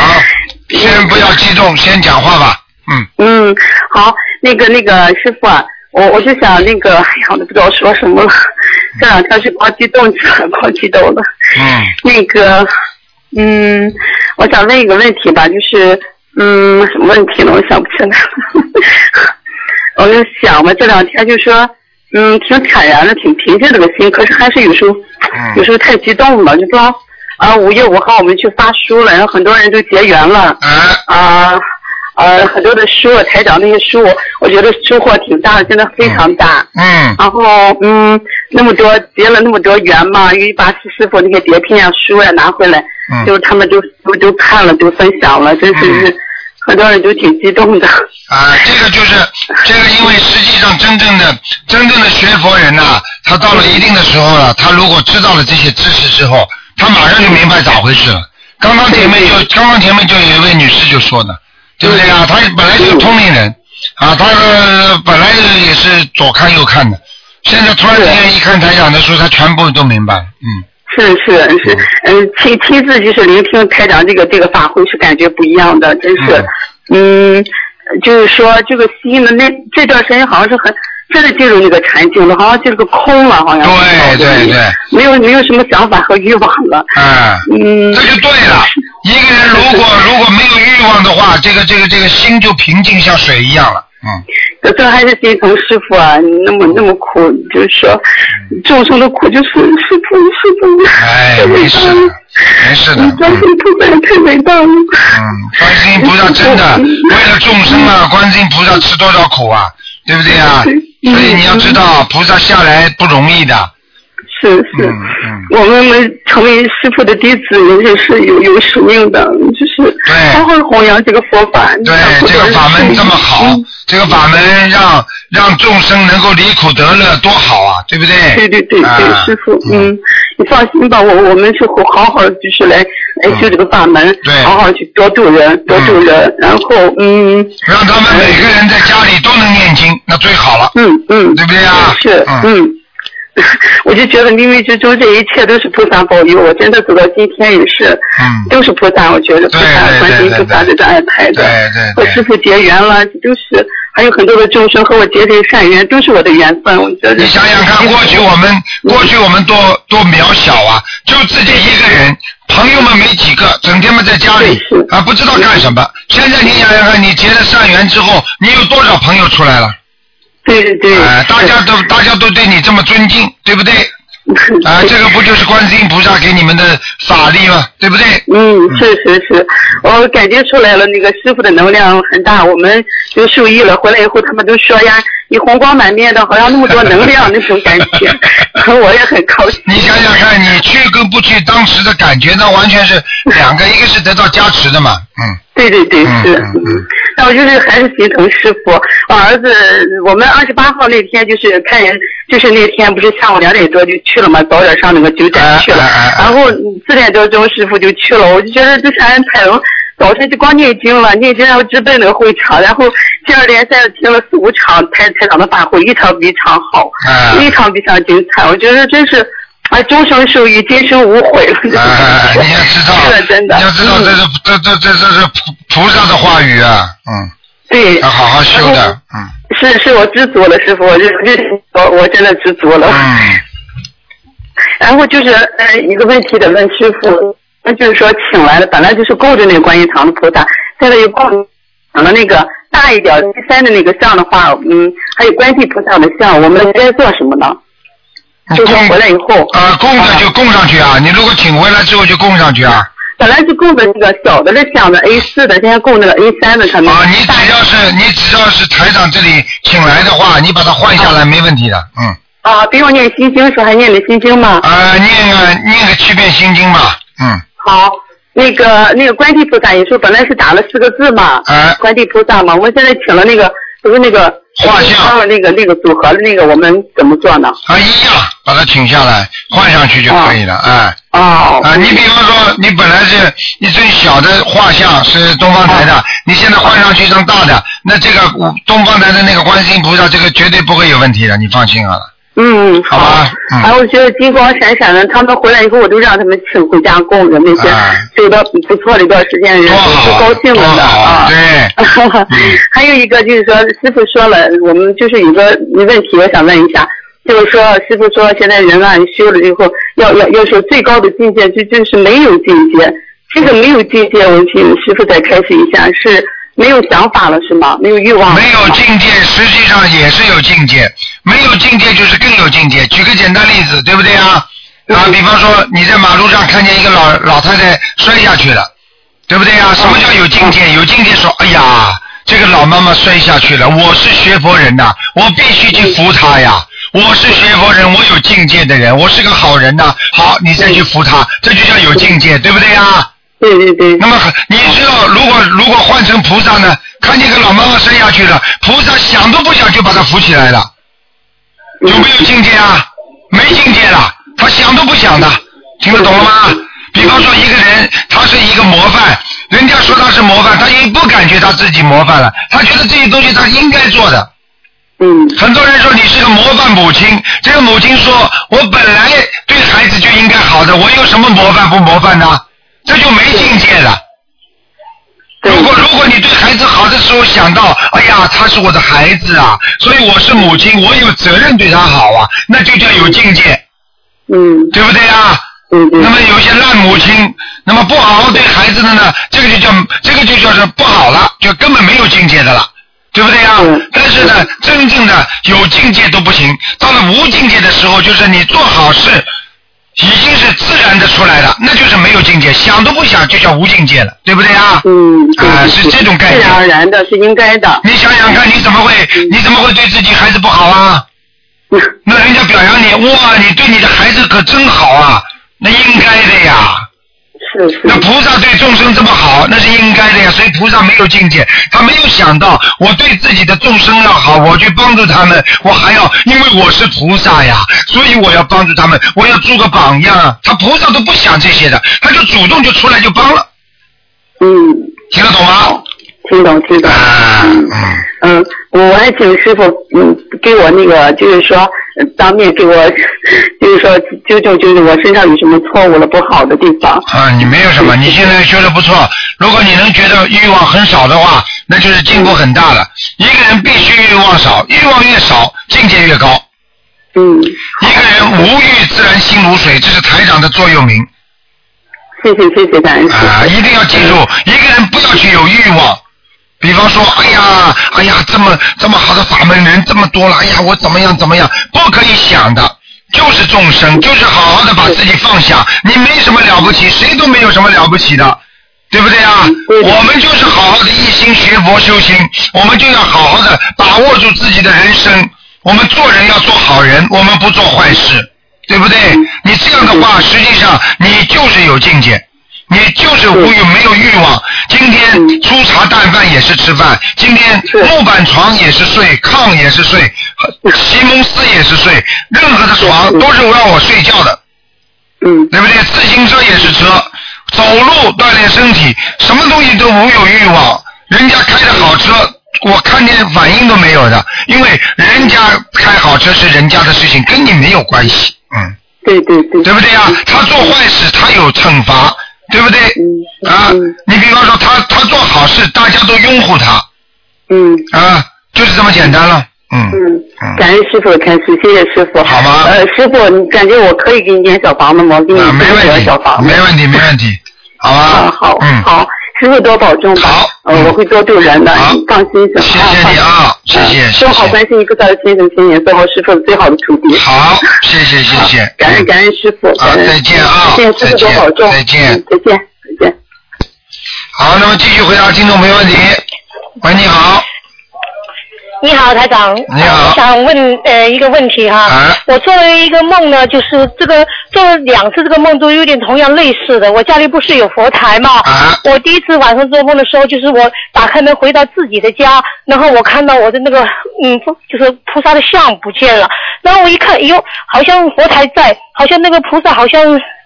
B: 先不要激动，先讲话吧。嗯，
E: 嗯，好，那个那个师傅啊，我我就想那个，哎呀，我都不知道说什么了。这两天是把我激动起来，把我激动的。
B: 嗯，
E: 那个，嗯，我想问一个问题吧，就是，嗯，什么问题呢？我想不起来了。 我就想吧，这两天就说，嗯，挺坦然的，挺平静的个心，可是还是有时候，
B: 嗯
E: 有时候太激动了，就不知道。啊，五月五号我们去发书了，然后很多人都结缘了。
B: 啊，
E: 啊，呃，很多的书，台长那些书，我觉得收获挺大的，真的非常大。
B: 嗯
E: 然后，嗯，那么多结了那么多缘嘛，又把师傅那些碟片啊、书啊拿回来，
B: 嗯
E: 就是他们都都都看了，都分享了，真是、
B: 嗯
E: 很多人都挺激动的。
B: 啊，这个就是这个，因为实际上真正的真正的学佛人呐、他到了一定的时候了，他如果知道了这些知识之后，他马上就明白咋回事了。刚刚前面就刚刚前面就有一位女士就说的，对不对啊？她本来是个通灵人啊，她呃本来也是左看右看的，现在突然之间一看台长的书，她全部都明白了。嗯，
E: 是是是，嗯，亲亲自就是聆听台长这个这个法会是感觉不一样的，真是，嗯，就是说这个心的那这段时间好像是很真的进入那个禅境了，好像就是个空了，好像
B: 对对对，
E: 没有没有什么想法和欲望了，
B: 啊。
E: 嗯
B: 这就对了。一个人如果如果没有欲望的话，这个这个这个心就平静像水一样了。嗯，
E: 这这还是心疼师傅啊，你那么那么苦，就是说众生的苦就是师傅师傅，
B: 哎，没事的，没事的。
E: 你真
B: 嗯
E: 是太伟太伟大了，
B: 嗯，观世音菩萨真 的为了众生啊，观世音菩萨吃多少苦啊，对不对 啊？
E: 嗯
B: 所以你要知道，菩萨下来不容易 的。
E: 是
B: 嗯
E: 是。
B: 嗯。
E: 我们成为师傅的弟子，也是有有使命的，就是
B: 对
E: 好好弘扬这个佛法。
B: 对，这个法门这么好
E: 嗯，
B: 这个法门让让众生能够离苦得乐，多好啊，对不对？
E: 对对对对，
B: 啊
E: 师傅，嗯，你放心吧，我我们是好好就是来哎来修这个法门，
B: 对嗯
E: 好好去多度人，多度人，然后嗯
B: 让他们每个人在家里都能念经，那最好了，
E: 嗯嗯，
B: 对不对啊？
E: 是
B: 嗯，
E: 嗯。 我就觉得冥冥之中这一切都是菩萨保佑，我真的走到今天也是，
B: 嗯
E: 都是菩萨，我觉得菩萨、
B: 对对对
E: 观世音菩萨
B: 对对
E: 这种安排的。
B: 对对
E: 和
B: 对，
E: 师傅结缘了，都是还有很多的众生和我结这善缘，都是我的缘分。我觉得
B: 你想想看，过去我们过去我们多多渺小啊，就自己一个人，朋友们没几个，整天嘛在家里
E: 对是
B: 啊，不知道干什么。现在你想想看，你结了善缘之后，你有多少朋友出来了？
E: 对对对，
B: 哎，大家都大家都对你这么尊敬，对不对？啊，这个不就是观世音菩萨给你们的法力吗？对不对？
E: 嗯，是是是，我感觉出来了，那个师傅的能量很大，我们就受益了。回来以后，他们都说呀，你红光满面的，好像那么多能量那种感 觉，我也很高兴。
B: 你想想看，你去跟不去，当时的感觉那完全是两个，一个是得到加持的嘛，嗯，
E: 对对对，
B: 嗯
E: 是。
B: 嗯嗯
E: 那我就是还是心疼师傅，我儿子，我们二十八号那天就是看人，就是那天不是下午两点多就去了嘛，早点上那个酒展去了，
B: 哎哎哎哎
E: 然后四点多钟师傅就去了，我就觉得这是安排了。早晨就光念经了，念经然后直奔那个会场，然后接二连三的听了四五场台台长的法会，一场比一场好，
B: 啊
E: 一场比一场精彩。我觉得真是，啊，终生受益，今生无悔了。这种
B: 啊
E: 感，觉
B: 你要 知道
E: 是的，真的，
B: 你要知道
E: 嗯
B: 这是这这这这是菩菩萨的话语啊，嗯，
E: 对，
B: 要好好修的，嗯
E: 是是我知足了，师傅，我就就我我真的知足了。
B: 嗯，
E: 然后就是呃一个问题得问师傅，那就是说请来了，本来就是供着那个观音堂的菩萨，现在又供请了那个大一点儿第三的那个像的话，嗯，还有观世菩萨的像，我们该做什么呢？就是
B: 供
E: 回来以后，
B: 呃供着就供上去啊，你如果请回来之后就供上去啊，
E: 本来是供的那个小的那像的 A 四的，现在供那个 A 三的，他们
B: 啊，你
E: 大
B: 只要是你只要是台长这里请来的话，你把它换下来没问题的，嗯，
E: 啊，比我念心经时候还念的心经吗？
B: 呃，念个念个七遍心经吧，嗯，
E: 好，那个那个观地菩萨，你说本来是打了四个字嘛，
B: 哎
E: 观地菩萨嘛，我们现在请了那个不是那个
B: 画像
E: 还有那个那个组合的那个，我们怎么做呢？
B: 啊，一样把它请下来换上去就可以了，哎。
E: 哦，
B: 啊，你比方说，你本来是一尊小的画像是东方台
E: 啊
B: 的，你现在换上去一张大的，那这个东方台的那个观世音菩萨，这个绝对不会有问题的，你放心好了。
E: 嗯，
B: 好吧嗯
E: 然后我觉得金光闪闪的，他们回来以后，我都让他们请回家供着那些
B: 哎
E: 走到不错的一段时间的人，
B: 多
E: 都
B: 好
E: 是
B: 啊，
E: 高兴
B: 多
E: 了的
B: 好
E: 啊。
B: 啊，对，
E: 还有一个就是说，师傅说了，我们就是有个问题，我想问一下，就是说师傅说现在人啊修了以后，要要要说最高的境界就就是没有境界，这个没有境界，我请师傅再开始一下，是没有想法了是吗？没有欲望了
B: 没
E: 是吗，
B: 有境界，实际上也是有境界。没有境界就是更有境界。举个简单例子，对不对啊？啊，比方说你在马路上看见一个老老太太摔下去了，对不对
E: 嗯
B: 啊？什么叫有境界？有境界说，哎呀，这个老妈妈摔下去了，我是学佛人呐、我必须去扶她呀。我是学佛人，我有境界的人，我是个好人呐、好，你再去扶她，这就叫有境界，对不对呀、
E: 对对对，
B: 那么很你知道，如果如果换成菩萨呢？看见个老妈妈摔下去了，菩萨想都不想就把她扶起来了，有没有境界啊？没境界了，他想都不想的，听得懂了吗？比方说一个人，他是一个模范，人家说他是模范，他也不感觉他自己模范了，他觉得这些东西他应该做的。
E: 嗯
B: 很多人说你是个模范母亲，这个母亲说我本来对孩子就应该好的，我有什么模范不模范呢？这就没境界了。
E: 对
B: 如果如果你对孩子好的时候想到，哎呀，他是我的孩子啊，所以我是母亲，我有责任对他好啊，那就叫有境界，
E: 嗯
B: 对不对啊？
E: 嗯
B: 那
E: 嗯
B: 么有一些烂母亲，那么不好好对孩子的呢，这个就叫这个就叫是不好了，就根本没有境界的了，对不对呀、
E: 嗯
B: 但是呢，真正的有境界都不行，到了无境界的时候，就是你做好事已经是自然的出来了，那就是没有境界，想都不想就叫无境界了，对不对啊？
E: 嗯，对
B: 啊
E: 对
B: 是
E: 对
B: 这种概
E: 自
B: 念
E: 然而然的，是应该的。嗯
B: 你想想看，你怎么会你怎么会对自己孩子不好 啊？那人家表扬你，哇，你对你的孩子可真好啊，那应该的呀。
E: 是是
B: 那菩萨对众生这么好，那是应该的呀。所以菩萨没有境界，他没有想到我对自己的众生要好，我去帮助他们，我还要因为我是菩萨呀，所以我要帮助他们，我要做个榜样啊。他菩萨都不想这些的，他就主动就出来就帮了，
E: 嗯，
B: 听得懂吗？
E: 听懂听懂。
B: 啊，嗯
E: 嗯，我还请师傅，嗯，给我那个，就是说，呃当面给我， 就是说，纠正纠正我身上有什么错误了，不好的地方。
B: 啊，你没有什么，你现在修的不错。如果你能觉得欲望很少的话，那就是进步很大了。一个人必须欲望少，欲望越少，境界越高。
E: 嗯，
B: 一个人无欲自然心如水，这是台长的座右铭
E: 谢谢谢谢感恩师傅。
B: 啊！一定要记住，一个人不要去有欲望。比方说，哎呀，哎呀，这么这么好的法门人这么多了，哎呀，我怎么样怎么样，不可以想的，就是众生，就是好好的把自己放下，你没什么了不起，谁都没有什么了不起的，对不对啊？
E: 对的
B: 我们就是好好的一心学佛修行，我们就要好好的把握住自己的人生，我们做人要做好人，我们不做坏事，对不对？你这样的话，实际上你就是有境界。你就是无欲没有欲望。今天粗茶淡饭也是吃饭，今天
E: 是
B: 木板床也是睡，炕也是睡，席梦思也是睡，任何的床都是让我睡觉的，
E: 嗯
B: 对不对？自行车也是车，走路锻炼身体，什么东西都无有欲望。人家开的好车，我看见反应都没有的，因为人家开好车是人家的事情，跟你没有关系。嗯。
E: 对对对。
B: 对不对啊？他做坏事，他有惩罚，对不对？
E: 嗯
B: 啊
E: 嗯，
B: 你比方说他他做好事，大家都拥护他
E: 嗯
B: 啊，就是这么简单了。嗯
E: 嗯
B: 嗯，
E: 感恩师傅的开示，谢谢师傅。
B: 好吗
E: 呃，师傅，你感觉我可以给你念小房子吗？我给你
B: 啊，没
E: 念
B: 问
E: 点
B: 题
E: 小房，子。
B: 没问题，没问题，好吧
E: 啊，？好，
B: 嗯，
E: 好，师傅多保重吧。
B: 好
E: 呃，我会多度人的，
B: 好
E: 你放心行
B: 谢谢你啊，谢谢，谢
E: 正好关
B: 谢，
E: 心一个大的先生青年，做好师傅的最好的徒弟。
B: 好，谢谢，谢谢，
E: 感恩
B: 嗯
E: 感恩师傅，
B: 啊
E: 感恩
B: 再见啊
E: 谢谢师傅多保重，
B: 再见
E: 嗯再见再见。
B: 好，那么继续回答听众朋友问题。喂，你好，
F: 你好，台长。
B: 你好
F: 呃我想问呃一个问题哈。
B: 啊
F: 我做了一个梦呢，就是这个做了两次这个梦都有点同样类似的。我家里不是有佛台嘛？
B: 啊
F: 我第一次晚上做梦的时候，就是我打开门回到自己的家，然后我看到我的那个嗯，就是菩萨的像不见了。然后我一看，哎呦，好像佛台在，好像那个菩萨好像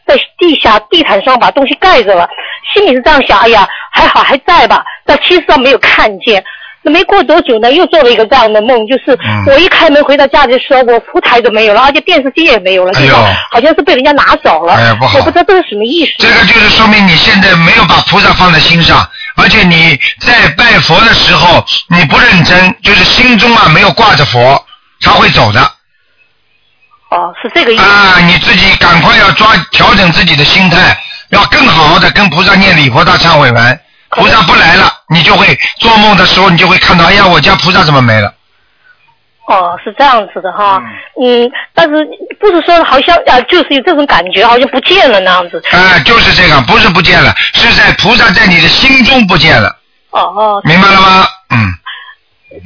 F: 在地下地毯上把东西盖着了。心里是这样想，哎呀，还好还在吧。但其实上没有看见。那没过多久呢，又做了一个这样的梦，就是
B: 嗯
F: 我一开门回到家里的时候，我佛台都没有了，而且电视机也没有了，
B: 哎呦
F: 就好像是被人家拿走了。
B: 哎呀不好
F: 我不知道这是什么意思。
B: 这个就是说明你现在没有把菩萨放在心上，而且你在拜佛的时候你不认真，就是心中啊没有挂着佛，他会走的。
F: 哦，是这个意思。
B: 啊，你自己赶快要抓调整自己的心态，要更好好的跟菩萨念礼佛大忏悔文。菩萨不来了，你就会做梦的时候，你就会看到，哎呀，我家菩萨怎么没了？
F: 哦，是这样子的哈，嗯，但是不是说好像啊，就是有这种感觉，好像不见了那样子。
B: 啊，就是这个，不是不见了，是在菩萨在你的心中不见了，
F: 哦哦，
B: 明白了吗？嗯，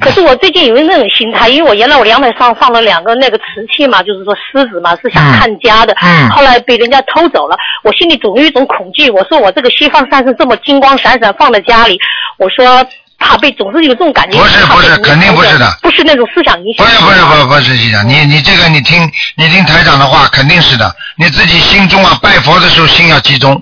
F: 可是我最近有那种心态，因为我原来我阳台上放了两个那个瓷器嘛，就是说狮子嘛，是想看家的，
B: 嗯
F: 后来被人家偷走了，我心里总有一种恐惧。我说我这个西方三圣这么金光闪闪放在家里，我说怕被，总是有这种感觉。
B: 不是
F: 怕被
B: 不是
F: 人家
B: 肯定不是的
F: 偷走不是那种思想影
B: 不
F: 响。
B: 是不是不是不是这样，你你这个你听你听台长的话，肯定是的，你自己心中啊拜佛的时候心要集中，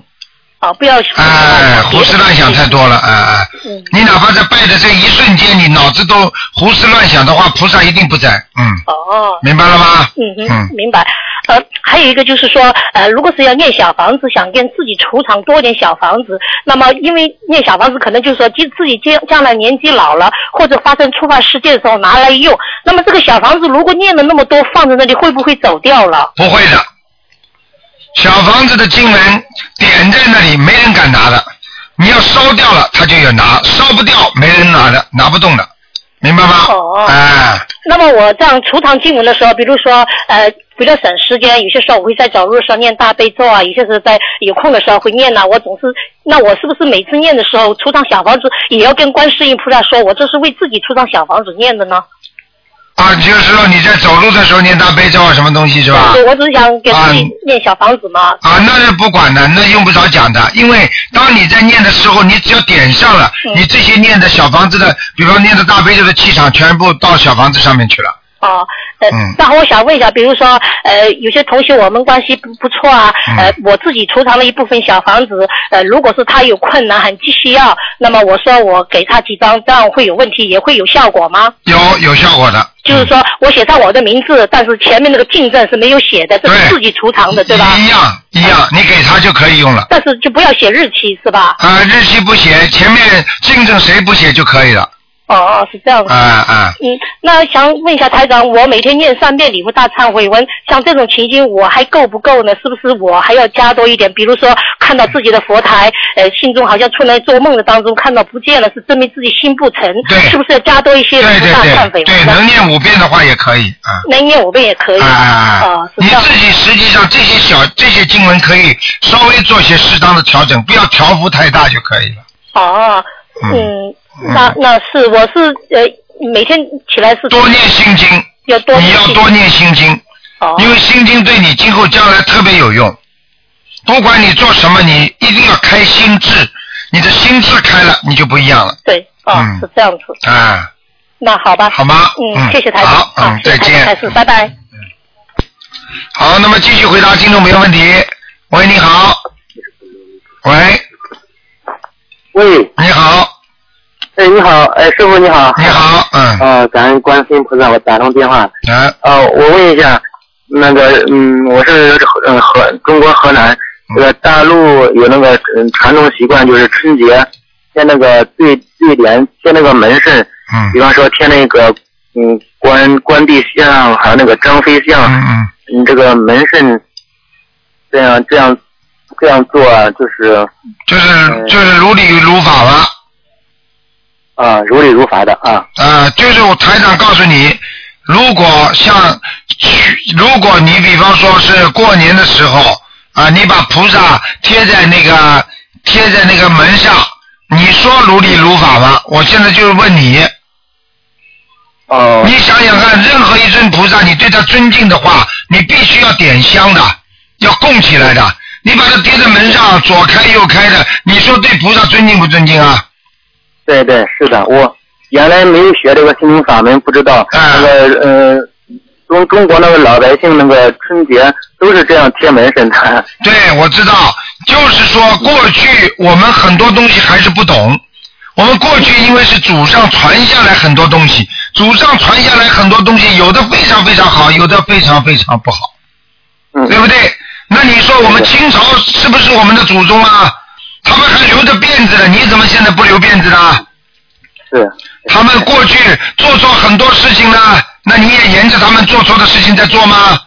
F: 啊，不要去
B: 哎，胡思乱想太多了，哎哎，
F: 嗯
B: 你哪怕在拜的这一瞬间，你脑子都胡思乱想的话，菩萨一定不在，嗯，
F: 哦。
B: 明白了吗？
F: 嗯
B: 嗯
F: 哼，明白。呃，还有一个就是说，呃，如果是要念小房子，想跟自己储藏多点小房子，那么因为念小房子可能就是说，自自己将将来年纪老了，或者发生突发事件的时候拿来用。那么这个小房子如果念了那么多，放在那里会不会走掉了？
B: 不会的，小房子的经文点在那里，没人敢拿的。你要烧掉了，他就有拿；烧不掉，没人拿的，拿不动的，明白吗？
F: 哦
B: 哎，
F: 那么我这样储藏经文的时候，比如说，呃，为了省时间，有些时候我会在走路的时候念大悲咒啊，有些时候在有空的时候会念呐、我总是，那我是不是每次念的时候储藏小房子，也要跟观世音菩萨说，我这是为自己储藏小房子念的呢？
B: 啊，就是说你在走路的时候念大悲咒啊什么东西是吧？
F: 对，我只是想给
B: 嗯
F: 自己念小房子嘛。
B: 啊，那是不管的，那用不着讲的，因为当你在念的时候，你只要点上了，
F: 嗯
B: 你这些念的小房子的，比方念的大悲咒的气场，全部到小房子上面去了。
F: 啊，呃
B: 嗯，
F: 然后我想问一下，比如说，呃，有些同学我们关系不不错啊，呃，我自己储藏了一部分小房子，呃，如果是他有困难很急需要，那么我说我给他几张，这样会有问题，也会有效果吗？
B: 有有效果的，
F: 就是说我写上我的名字，但是前面那个进证是没有写的，这
B: 对
F: 是自己储藏的，对吧？
B: 一样一样，你给他就可以用了。
F: 但是就不要写日期，是吧？
B: 啊、日期不写，前面竞争谁不写就可以了。
F: 哦哦，是这样子。
B: 啊、啊、
F: 嗯，那想问一下台长，我每天念三遍礼佛大忏悔文，像这种情形我还够不够呢？是不是我还要加多一点？比如说看到自己的佛台，呃，心中好像出来做梦的当中看到不见了，是证明自己心不诚
B: 对，
F: 是不是要加多一些
B: 对
F: 礼佛
B: 对
F: 大
B: 对
F: 忏悔
B: 对，
F: 文
B: 能
F: 呢？
B: 念五遍的话也可以啊。
F: 能念五遍也可以。
B: 啊啊！
F: 哦
B: 啊
F: 是
B: 你
F: 这样
B: 自己实际上这些小这些经文可以稍微做些适当的调整，不要调幅太大就可以了。
F: 哦，
B: 嗯
F: 嗯，那那是我是呃每天起来是
B: 多念心经，
F: 要多
B: 你要
F: 念
B: 多念心经，
F: 哦
B: 因为心经对你今后将来特别有用。不管你做什么，你一定要开心智，你的心智开了，你就不一样了
F: 对哦、
B: 嗯
F: 是这样子。
B: 啊。
F: 那好吧，
B: 好吗嗯
F: 嗯，谢谢台长，
B: 好嗯
F: 啊谢谢
B: 再见
F: 台长开始，拜拜。
B: 好，那么继续回答听众朋友问题。喂，你好。喂，
C: 喂，
B: 你好，
C: 哎，你好，哎，师傅你好。
B: 你好，嗯，
C: 啊、感恩观世音菩萨，我打通电话。
B: 啊，
C: 呃，我问一下，那个，嗯，我是嗯河中国河南，
B: 嗯
C: 这个大陆有那个嗯传统习惯，就是春节贴那个对对联，贴那个门神，
B: 嗯
C: 比，方说贴那个嗯关关帝像，还有那个张飞像，
B: 嗯嗯，
C: 你这个门神这样这样这样做啊，就是
B: 就是就是如理如法了
C: 啊、如理如法的啊，
B: 啊，就是我台长告诉你，如果像去，如果你比方说是过年的时候啊，你把菩萨贴在那个贴在那个门上，你说如理如法吗？我现在就是问你，
C: 哦、
B: 你想想看，任何一尊菩萨，你对他尊敬的话，你必须要点香的，要供起来的。你把它贴在门上，左开右开的，你说对菩萨尊敬不尊敬啊？
C: 对对，是的，我原来没有学这个心灵法门，不知道、
B: 嗯
C: 那个呃，中中国那个老百姓那个春节都是这样贴门神的。
B: 对，我知道，就是说过去我们很多东西还是不懂。我们过去因为是祖上传下来很多东西，祖上传下来很多东西，有的非常非常好，有的非常非常不好。
C: 嗯
B: 对不对？那你说我们清朝是不是我们的祖宗啊？他们还留着辫子呢，你怎么现在不留辫子呢？
C: 是，
B: 他们过去做错很多事情呢，那你也沿着他们做错的事情在做吗？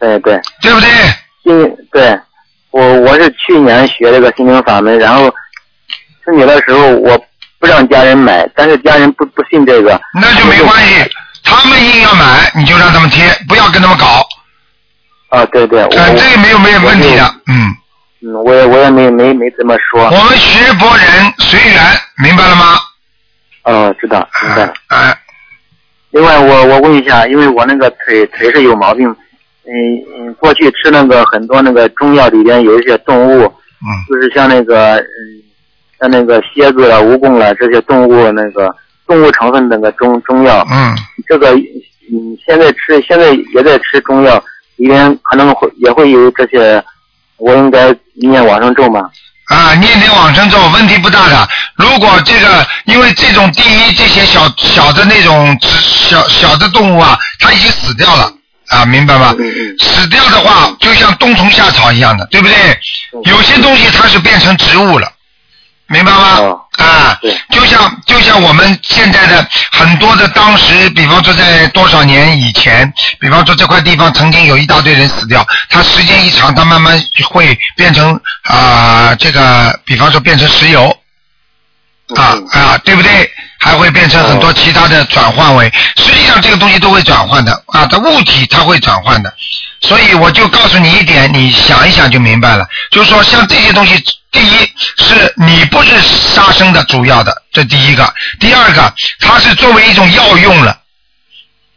G: 对对，
B: 对不对？
G: 今对我我是去年学这个心灵法门，然后春节的时候我不让家人买，但是家人不不信这个，
B: 那就没关系。他们硬要买，你就让他们贴，不要跟他们搞。
G: 啊，对对，我、
B: 呃，这个没有没有问题
G: 哦
B: 的。嗯，
G: 嗯，我也我也没没没这么说，
B: 我们学佛人随缘，明白了吗？
G: 嗯、知道明白了
B: 哎。、哎
G: 另外我我问一下，因为我那个腿腿是有毛病，嗯嗯，过去吃那个很多那个中药里边有一些动物，
B: 嗯，
G: 就是像那个嗯，像那个蝎子了、蜈蚣了这些动物那个动物成分那个中中药，
B: 嗯，
G: 这个嗯现在吃现在也在吃中药，里边可能会也会有这些，我应该念往生咒吗？
B: 啊，念点往生咒问题不大的。如果这个，因为这种第一这些小小的那种植小小的动物啊，它已经死掉了啊，明白吗？
G: 嗯嗯
B: 死掉的话，就像冬虫夏草一样的，对不对？
G: 哦
B: 有些东西它是变成植物了，明白吗？
G: 哦
B: 啊
G: 对，
B: 就像就像我们现在的很多的当时，比方说在多少年以前，比方说这块地方曾经有一大堆人死掉，它时间一长，它慢慢就会变成啊、这个，比方说变成石油，啊
G: 嗯
B: 啊，对不对？还会变成很多其他的转换为，实际上这个东西都会转换的啊，它物体它会转换的，所以我就告诉你一点，你想一想就明白了。就是说，像这些东西，第一是你不是杀生的主要的，这第一个；第二个，它是作为一种药用了。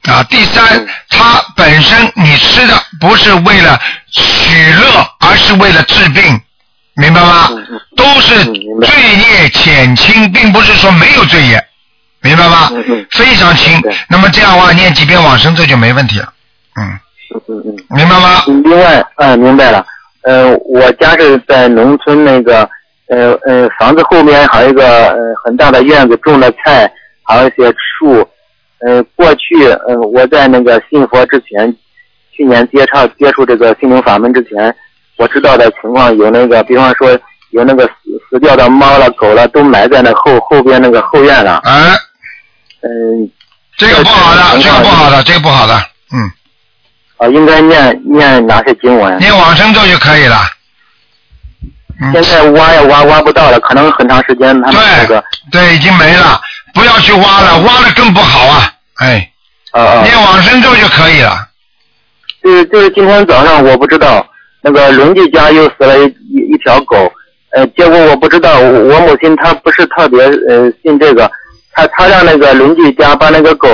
B: 啊，第三
G: 嗯，
B: 它本身你吃的不是为了取乐，而是为了治病，明白吗？
G: 嗯嗯
B: 都是
G: 嗯明白
B: 罪孽减轻，并不是说没有罪业，明白吗？
G: 嗯嗯
B: 非常轻
G: 对。
B: 那么这样的话，念几遍往生咒就没问题了。嗯，
G: 嗯嗯嗯。
B: 明白吗？
G: 嗯，另外，嗯、明白了。呃，我家是在农村那个，呃呃，房子后面还有一个呃很大的院子，种了菜，还有一些树。呃，过去，呃，我在那个信佛之前，去年接触接触这个心灵法门之前，我知道的情况有那个，比方说有那个死死掉的猫了、狗了，都埋在那后后边那个后院了。
B: 哎，
G: 嗯、
B: 这个不好的，
G: 对
B: 这个不好的，这个不好的。嗯，
G: 啊、应该念念哪些经文？啊
B: 念往生咒就可以了。嗯，
G: 现在挖也挖挖不到了，可能很长时间他们那
B: 对
G: 个，
B: 对，已经没了，不要去挖
G: 嗯
B: 了，挖了更不好啊。哎，
G: 啊啊，
B: 念往生咒就可以了。
G: 就是就是今天早上我不知道那个邻居家又死了一一一条狗，呃，结果我不知道，我我母亲她不是特别呃信这个，她她让那个邻居家把那个狗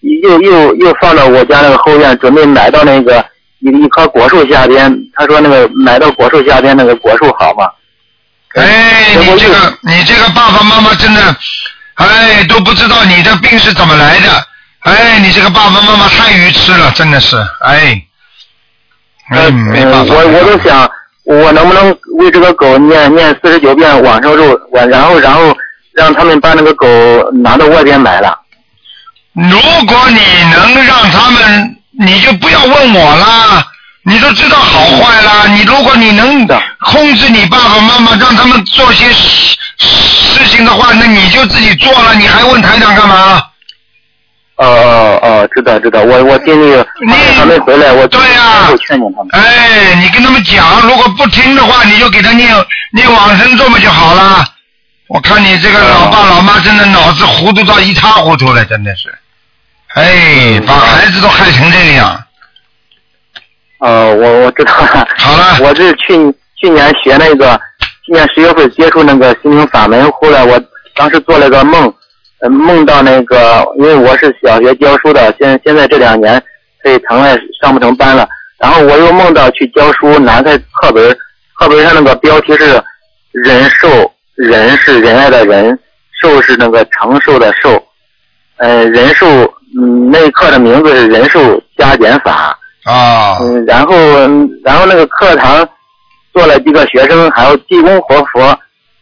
G: 又又又放到我家那个后院，准备埋到那个一一棵果树下边，她说那个埋到果树下边那个果树好嘛，嗯
B: 哎，
G: 结
B: 你
G: 果
B: 这
G: 又
B: 个你这个爸爸妈妈真的，哎，都不知道你的病是怎么来的。哎，你这个爸爸妈妈太愚痴了，真的是，哎，哎，
G: 呃
B: 没办法。
G: 我我都想，我能不能为这个狗念念四十九遍往生咒，我然后然后让他们把那个狗拿到外边埋了。
B: 如果你能让他们，你就不要问我啦，你都知道好坏啦。你如果你能
G: 的
B: 控制你爸爸妈妈，让他们做些事事情的话，那你就自己做了，你还问台长干嘛？
G: 哦哦哦，知道知道，我我尽力，
B: 你
G: 他们回来我
B: 对呀
G: 我劝劝他们。
B: 哎，你跟他们讲，如果不听的话，你就给他念念往生咒嘛就好了。我看你这个老爸老妈真的脑子糊涂到一塌糊涂了，真的是，哎，把孩子都害成这个样。
G: 呃，我我知道了。
B: 好了
G: 我是去去年学那个，去年十月份接触那个心灵法门，后来我当时做了个梦，呃、梦到那个，因为我是小学教书的，现现在这两年退堂了，上不成班了。然后我又梦到去教书，拿开课本儿，课本上那个标题是“仁寿”，仁是仁爱的仁，寿是那个长寿的寿。呃，仁寿，嗯，那一课的名字是仁寿加减法。
B: 啊，
G: 嗯，然后嗯然后那个课堂坐了几个学生，还有济公活佛、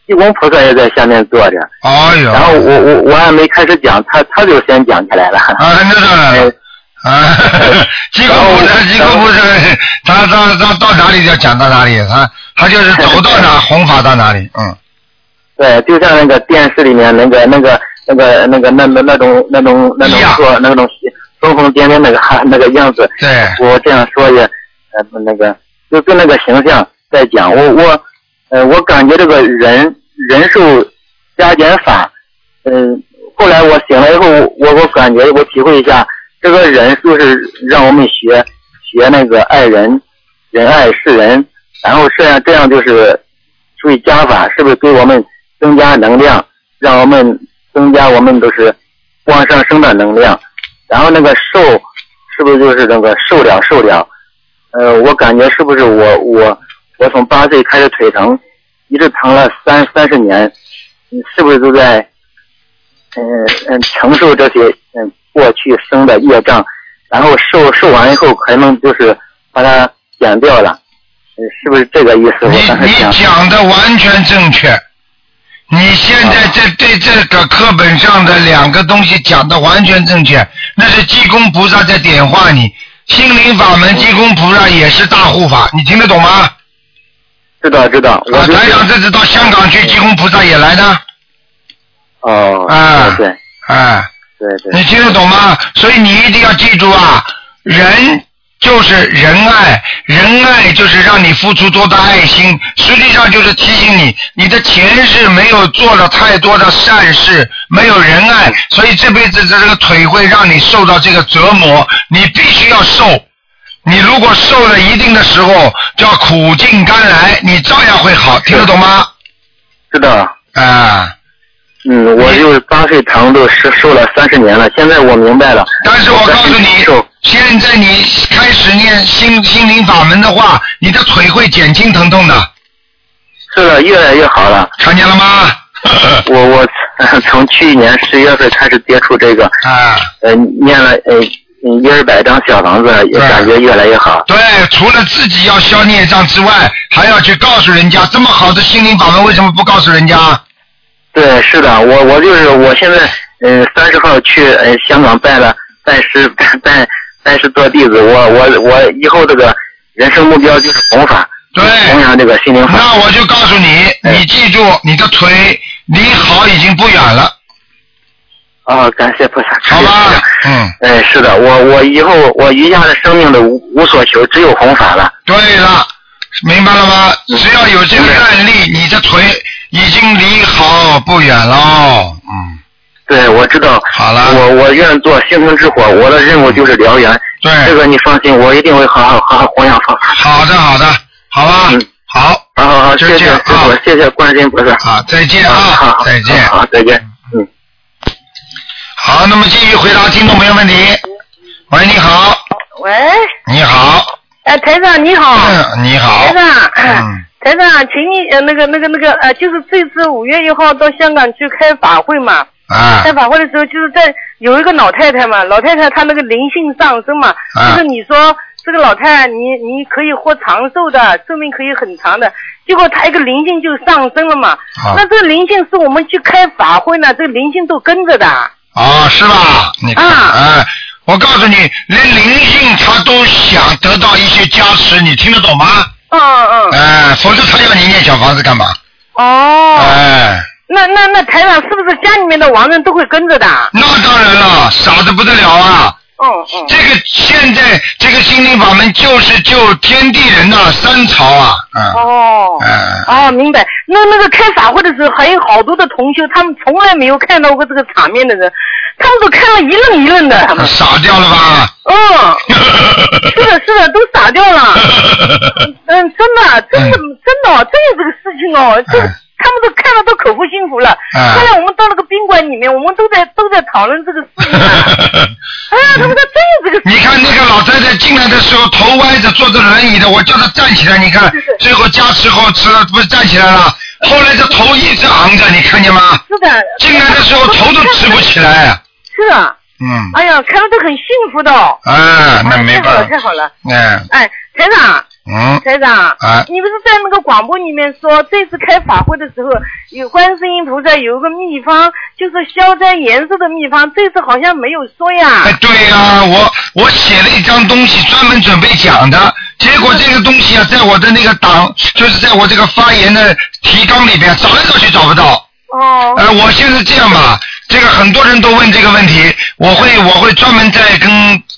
G: 济公菩萨也在下面坐着。
B: 哎呦，
G: 然后我我我还没开始讲，他他就先讲起来了。
B: 啊，那当然了
G: 哎，
B: 啊， 吉克菩萨，吉克菩萨，他他他到哪里就讲到哪里，他他就是走到哪弘法到哪里，嗯，
G: 对，就像那个电视里面那个那个那个那个那那那种那种那种
B: 一样
G: 说那种疯疯癫癫那个那个样子，
B: 对，
G: 我这样说也，呃不那个就就那个形象在讲，我我呃我感觉这个人人数加减法，嗯、后来我醒了以后，我我感觉我体会一下，这个人数是让我们学学那个爱人仁爱世人，然后这样这样就是注意加法，是不是给我们增加能量，让我们增加我们都是往上升的能量？然后那个受是不是就是那个受了受了？呃，我感觉是不是我我我从八岁开始腿疼，一直疼了三三十年，嗯是不是都在嗯嗯承受这些嗯过去生的业障，然后受受完以后可能就是把它减掉了，嗯是不是这个意思？我刚才
B: 你你
G: 讲
B: 讲的完全正确，你现
G: 啊
B: 在这对这个课本上的两个东西讲的完全正确，那是济公菩萨在点化你，心灵法门济公菩萨也是大护法，你听得懂吗？
G: 知道知道，我
B: 啊，
G: 就
B: 台
G: 是
B: 长这次到香港去，济公菩萨也来呢，
G: 哦，
B: 啊
G: 对
B: 哎。
G: 对对
B: 你
G: 对，
B: 听得懂吗？所以你一定要记住啊，人就是仁爱，仁爱就是让你付出多的爱心，实际上就是提醒你，你的前世没有做了太多的善事，没有仁爱，所以这辈子的这个腿会让你受到这个折磨，你必须要受。你如果受了一定的时候，叫苦尽甘来，你照样会好，听得懂吗？
G: 知道。
B: 啊、
G: 嗯，我就是八岁疼都受受了三十年了，现在我明白了。
B: 但 是我告诉你
G: 受，
B: 现在你开始念心心灵法门的话，你的腿会减轻疼痛的，
G: 是的，越来越好了。
B: 看见了吗？
G: 我我从去年十月份开始接触这个，
B: 啊，
G: 呃，念了呃一二百张小房子，也
B: 对
G: 感觉越来越好。
B: 对，除了自己要消孽障之外，还要去告诉人家这么好的心灵法门，为什么不告诉人家？
G: 对，是的，我我就是我现在，嗯、呃，三十号去呃香港拜了拜师 拜拜师做弟子，我我我以后这个人生目标就是弘法，
B: 对
G: 弘扬这个心灵法。
B: 那我就告诉你，
G: 嗯
B: 你记住，你的腿离好已经不远了，哦
G: 啊、感谢菩萨，
B: 好
G: 感谢菩
B: 吧
G: 萨？
B: 嗯，
G: 哎，是的，我我以后我余下的生命的无无所求，只有弘法了。
B: 对了，明白了吗？
G: 嗯
B: 只要有这个愿力，你的腿已经离好不远了。嗯，
G: 对，我知道。
B: 好了
G: 我我愿做星星之火，我的任务就是燎原。
B: 嗯对。
G: 这个你放心，我一定会好好好好弘扬佛法。
B: 好的，好的，好吧，
G: 嗯
B: 好
G: 好好好，
B: 就
G: 谢
B: 这
G: 谢
B: 样
G: 师
B: 啊
G: 傅，谢谢观世音菩萨。
B: 啊，再见
G: 嗯好
B: 啊
G: 好，
B: 再见。
G: 好，好再见。嗯。
B: 好，那么继续回答听众朋友问题。喂，你好，
H: 喂，
B: 你好，
H: 呃，台长你好，
B: 嗯，你好
H: 台，长，
B: 嗯，
H: 台长，请你呃那个那个那个呃，就是这次五月一号到香港去开法会嘛，
B: 啊
H: 开，法会的时候就是在有一个老太太嘛，老太太她那个灵性上升嘛，
B: 啊
H: 就是你说这个老太太你你可以活长寿的，寿命可以很长的，结果她一个灵性就上升了嘛，
B: 啊
H: 那这个灵性是我们去开法会呢，这个灵性都跟着的，
B: 哦，是吧？你看，
H: 啊
B: 哎，我告诉你，连灵性他都想得到一些加持，你听得懂吗？
H: 嗯嗯，
B: 哎，否则他要你念小房子干嘛？
H: 哦，
B: 哎，
H: 那那那台长是不是家里面的亡人都会跟着的？
B: 那当然了，傻的不得了啊！
H: 嗯嗯。
B: 这个现在这个心灵法门就是救天地人呐、三朝啊，嗯，
H: 哦
B: 嗯
H: 哦，明白。那那个开法会的时候，还有好多的同修，他们从来没有看到过这个场面的人，他们都看了一愣一愣的，他们，
B: 傻掉了吧？
H: 嗯，是的，是的，都傻掉了，嗯，真的，真的，真的哦，真有这个事情哦，这
B: 嗯
H: 他们都看了都口不心服了。
B: 嗯
H: 后来我们到那个宾馆里面，我们都在都在讨论这个事情啊，哎呀，他们说真有这个事
B: 你看那个老太太进来的时候头歪着，坐着轮椅的，我叫她站起来，你看最后加持后吃了不是站起来了？后来这头一直昂着，你看见吗？
H: 哎是的，
B: 进来的时候头都直不起来，
H: 是啊，
B: 嗯，
H: 哎呀，看了都很幸福的哦。
B: 啊，那没
H: 太好了，
B: 办
H: 太
B: 法，
H: 好了。
B: 哎，
H: 哎，台长，
B: 嗯，
H: 台长，
B: 啊
H: 你不是在那个广播里面说，这次开法会的时候，有观世音菩萨有一个秘方，就是消灾延寿的秘方，这次好像没有说呀
B: 哎。，对呀、我我写了一张东西专门准备讲的，结果这个东西啊，在我的那个档，就是在我这个发言的提纲里边，找来找去找不到。
H: 哦，
B: 呃，我现在这样吧，这个很多人都问这个问题，我会我会专门再跟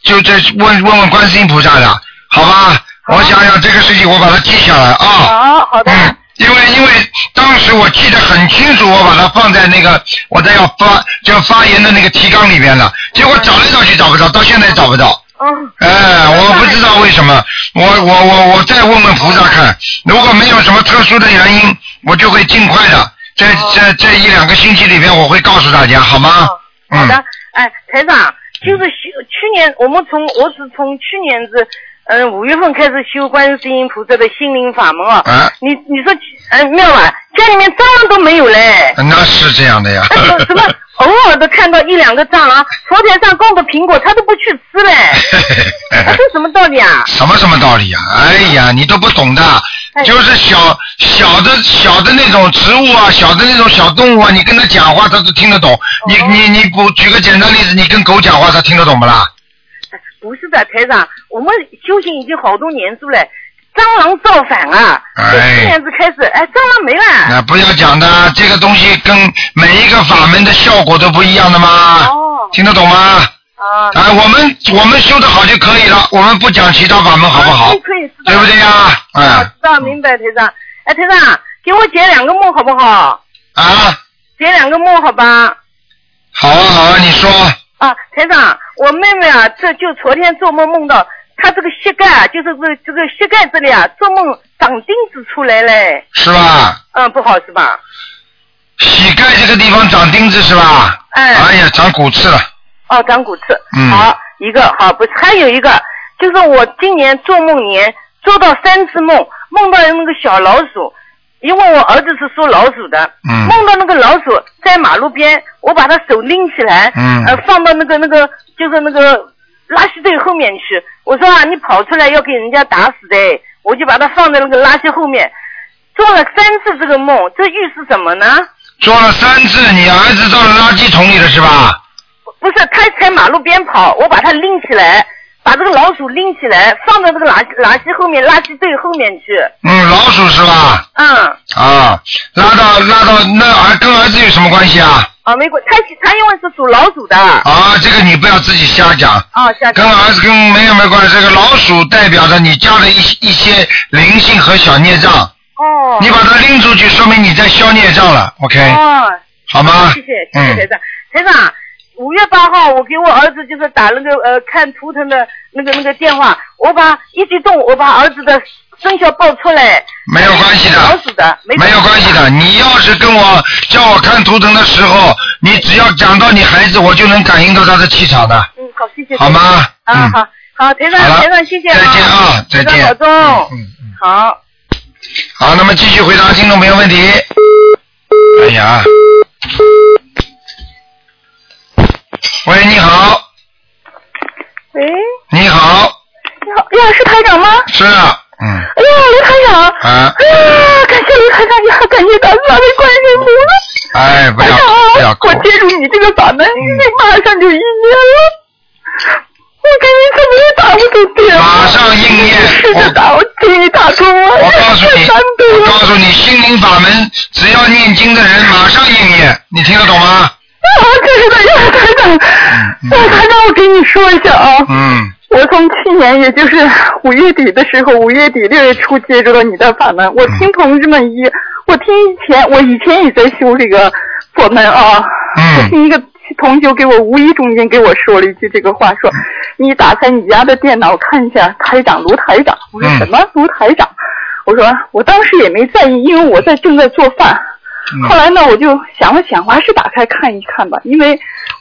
B: 就再问问问观世音菩萨的，好吧？我想想这个事情，我把它记下来啊。
H: 好好的，
B: 嗯，因为因为当时我记得很清楚，我把它放在那个我在要发就要发言的那个提纲里面了，结果找来找去找不着，到现在也找不到。
H: 嗯，
B: 哎，我不知道为什么，我我我我再问问菩萨看，如果没有什么特殊的原因，我就会尽快的，在在这一两个星期里面，我会告诉大家，好吗？
H: 好
B: 嗯
H: 的，哎，台长，就是去去年我们从我是从去年子，嗯五月份开始修观世音菩萨的心灵法门啊。
B: 哎
H: 你你说，哎妙啊，家里面蟑螂都没有嘞。
B: 那是这样的呀。
H: 哎呦，怎么偶尔的看到一两个蟑螂，佛台上供的苹果他都不去吃嘞，啊这什么道理啊？
B: 什么什么道理啊？哎呀，你都不懂的，就是小小的小的那种植物啊，小的那种小动物啊，你跟它讲话它都听得懂。你你你，不举个简单例子，你跟狗讲话它听得懂不啦？
H: 不是的，台长，我们修行已经好多年数了，蟑螂造反啊！从
B: 哎
H: 去年子开始，哎，蟑螂没了。
B: 那不要讲的，这个东西跟每一个法门的效果都不一样的嘛，
H: 哦，
B: 听得懂吗？
H: 啊，
B: 啊，我们我们修得好就可以了，我们不讲其他法门好不好
H: 可以？可以，知道
B: 对不对呀？
H: 啊，
B: 哎
H: 知道明白，台长。哎，台长，给我解两个梦好不好？
B: 啊，
H: 解两个梦好吧？
B: 好啊好啊，你说
H: 啊，台长，我妹妹啊，这就昨天做梦梦到她这个膝盖啊，就是这个这个膝盖这里啊，做梦长钉子出来嘞，
B: 是吧？
H: 嗯，不好是吧？
B: 膝盖这个地方长钉子是吧？
H: 哎，
B: 哎呀，长骨刺了。
H: 哦，长骨刺，
B: 嗯
H: 好一个好不是，还有一个就是我今年做梦年做到三次梦，梦到那个小老鼠，因为我儿子是属老鼠的，
B: 嗯
H: 梦到那个老鼠在马路边，我把它手拎起来，
B: 嗯
H: 呃，放到那个那个就是那个垃圾堆后面去。我说啊，你跑出来要给人家打死的，我就把它放在那个垃圾后面。做了三次这个梦，这预示什么呢？
B: 做了三次，你儿子到了垃圾桶里了是吧？
H: 不是，他在马路边跑，我把他拎起来，把这个老鼠拎起来，放到这个垃圾垃圾后面垃圾堆后面去。
B: 嗯，老鼠是吧？
H: 嗯，
B: 啊，拉到拉到那儿啊跟儿子有什么关系啊？
H: 哦，没关，他他因为是属老鼠的。
B: 啊，这个你不要自己瞎讲，
H: 哦，下次
B: 跟儿子跟没有没有关系。这个老鼠代表着你家的一一些灵性和小孽障，
H: 哦
B: 你把它拎出去，说明你在消孽障了。OK，
H: 哦，
B: 好吗？
H: 谢谢谢谢台
B: 嗯，
H: 长，台长。五月八号，我给我儿子就是打那个呃看图腾的那个那个电话，我把一激动，我把儿子的生肖报出来，
B: 没有关系的
H: 老鼠的，没啊
B: 没有关系的。你要是跟我叫我看图腾的时候，你只要讲到你孩子，我就能感应到他的气场的，
H: 嗯，好，谢谢。
B: 好？吗？
H: 啊，
B: 嗯。
H: 好，好，台长
B: 好，了
H: 台长，谢谢
B: 再见啊，再见。
H: 台长保重。
B: 嗯嗯，
H: 好，
B: 好，那么继续回答听众朋友问题。哎呀，喂，你好，
I: 喂，你
B: 你好，
I: 好，呀，是哎台长吗？
B: 是啊，嗯
I: 哎呀，刘台长，
B: 啊，
I: 哎呀，感谢刘台长，也好感谢大慈大悲观世音菩萨。
B: 哎，不
I: 台
B: 要
I: 长
B: 不要
I: 啊，
B: 哭
I: 我，接触你这个法门，因为马上就一年了，我给你怎么也打不通电话，
B: 马上应验。
I: 试着
B: 我
I: 打，我请你打通啊，
B: 我告诉
I: 太
B: 你，
I: 难得
B: 我
I: 了
B: 告诉你，心灵法门只要念经的人马上应验，你听得懂吗？
I: 啊，真是的，呀，台长，哎，台长，我给你说一下啊，
B: 嗯
I: 我从去年，也就是五月底的时候，五月底六月初接触到你的法门。我听同志们一，我听以前，我以前也在修这个佛门啊。
B: 嗯
I: 我听一个同学给我无意中间给我说了一句这个话，说你打开你家的电脑看一下，台长卢台长。我说
B: 嗯
I: 什么卢台长？我说我当时也没在意，因为我在正在做饭。
B: 嗯
H: 嗯
I: 后来呢，我就想了想，我还是打开看一看吧，因为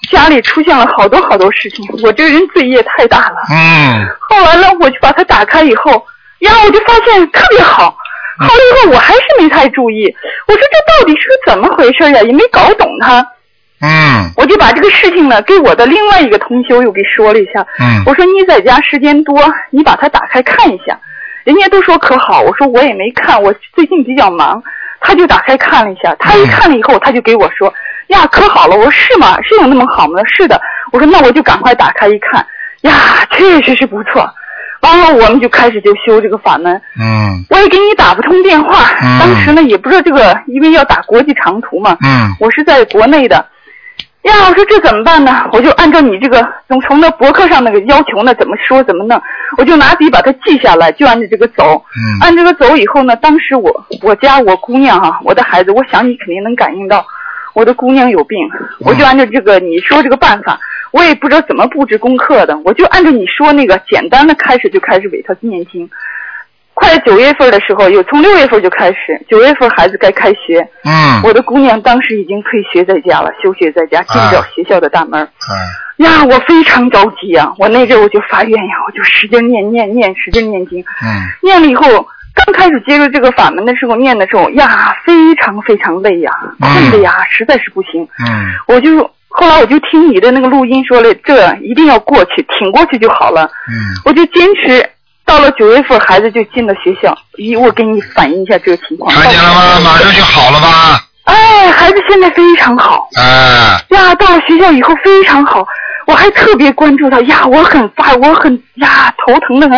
I: 家里出现了好多好多事情，我这个人罪业太大了。
B: 嗯
I: 后来呢，我就把它打开以后，呀，我就发现特别好。后来以后我还是没太注意，我说这到底是个怎么回事呀、也没搞懂它。
B: 嗯
I: 我就把这个事情呢，给我的另外一个同修又给说了一下。
B: 嗯
I: 我说你在家时间多，你把它打开看一下。人家都说可好，我说我也没看，我最近比较忙。他就打开看了一
B: 嗯
I: 下，他一看了以后，他就给我说：“呀，可好了！”我说：“是吗？是有那么好吗？”是的。我说：“那我就赶快打开一看，呀，确实是不错。”完了，我们就开始就修这个法门。
B: 嗯
I: 我也给你打不通电话，
B: 嗯
I: 当时呢也不知道这个，因为要打国际长途嘛，
B: 嗯
I: 我是在国内的。哎呀，我说这怎么办呢？我就按照你这个从从那博客上那个要求呢，怎么说怎么弄，我就拿笔把它记下来，就按着这个走。
B: 嗯，
I: 按这个走以后呢，当时我我家我姑娘哈、我的孩子，我想你肯定能感应到，我的姑娘有病，我就按照这个你说这个办法，我也不知道怎么布置功课的，我就按照你说那个简单的开始就开始给她念经。快九月份的时候，有从六月份就开始，九月份孩子该开学，
B: 嗯，啊
I: 我的姑娘当时已经退学在家了，休学在家，进不了学校的大门儿。
B: 嗯，
I: 呀，我非常着急呀、我那阵儿我就发愿呀，我就使劲念念念，使劲念经。
B: 嗯，
I: 念了以后，刚开始接触这个法门的时候，念的时候呀，非常非常累呀，困的呀，实在是不行。
B: 嗯，
I: 我就后来我就听你的那个录音说了，这一定要过去，挺过去就好了。
B: 嗯，
I: 我就坚持。到了九月份，孩子就进了学校。咦，我给你反映一下这个情况。
B: 看见了吗？马上就好了吧？
I: 哎，孩子现在非常好。
B: 哎，
I: 呀，到了学校以后非常好，我还特别关注他呀，我很发，我很呀头疼的很，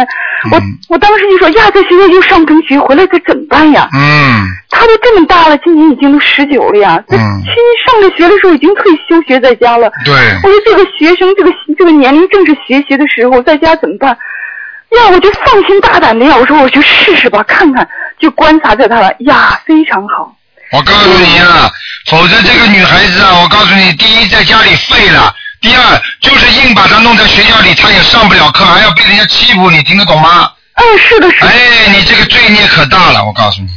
I: 我、
B: 嗯
I: 我当时就说呀，在学校又上中学，回来可怎么办呀？
B: 嗯，
I: 他都这么大了，今年已经都十九了呀，这
B: 嗯
I: 去上着学的时候已经退休学在家了，
B: 对
I: 我，说这个学生这个这个年龄正是学习的时候，在家怎么办？呀，我就放心大胆的呀，我说我去试试吧，看看，就观察着他了，呀，非常好。
B: 我告诉你啊，否则这个女孩子啊，我告诉你，第一在家里废了，第二就是硬把她弄在学校里，她也上不了课，还要被人家欺负，你听得懂吗？
I: 哎，是的，是的，
B: 哎，你这个罪孽可大了，我告诉你。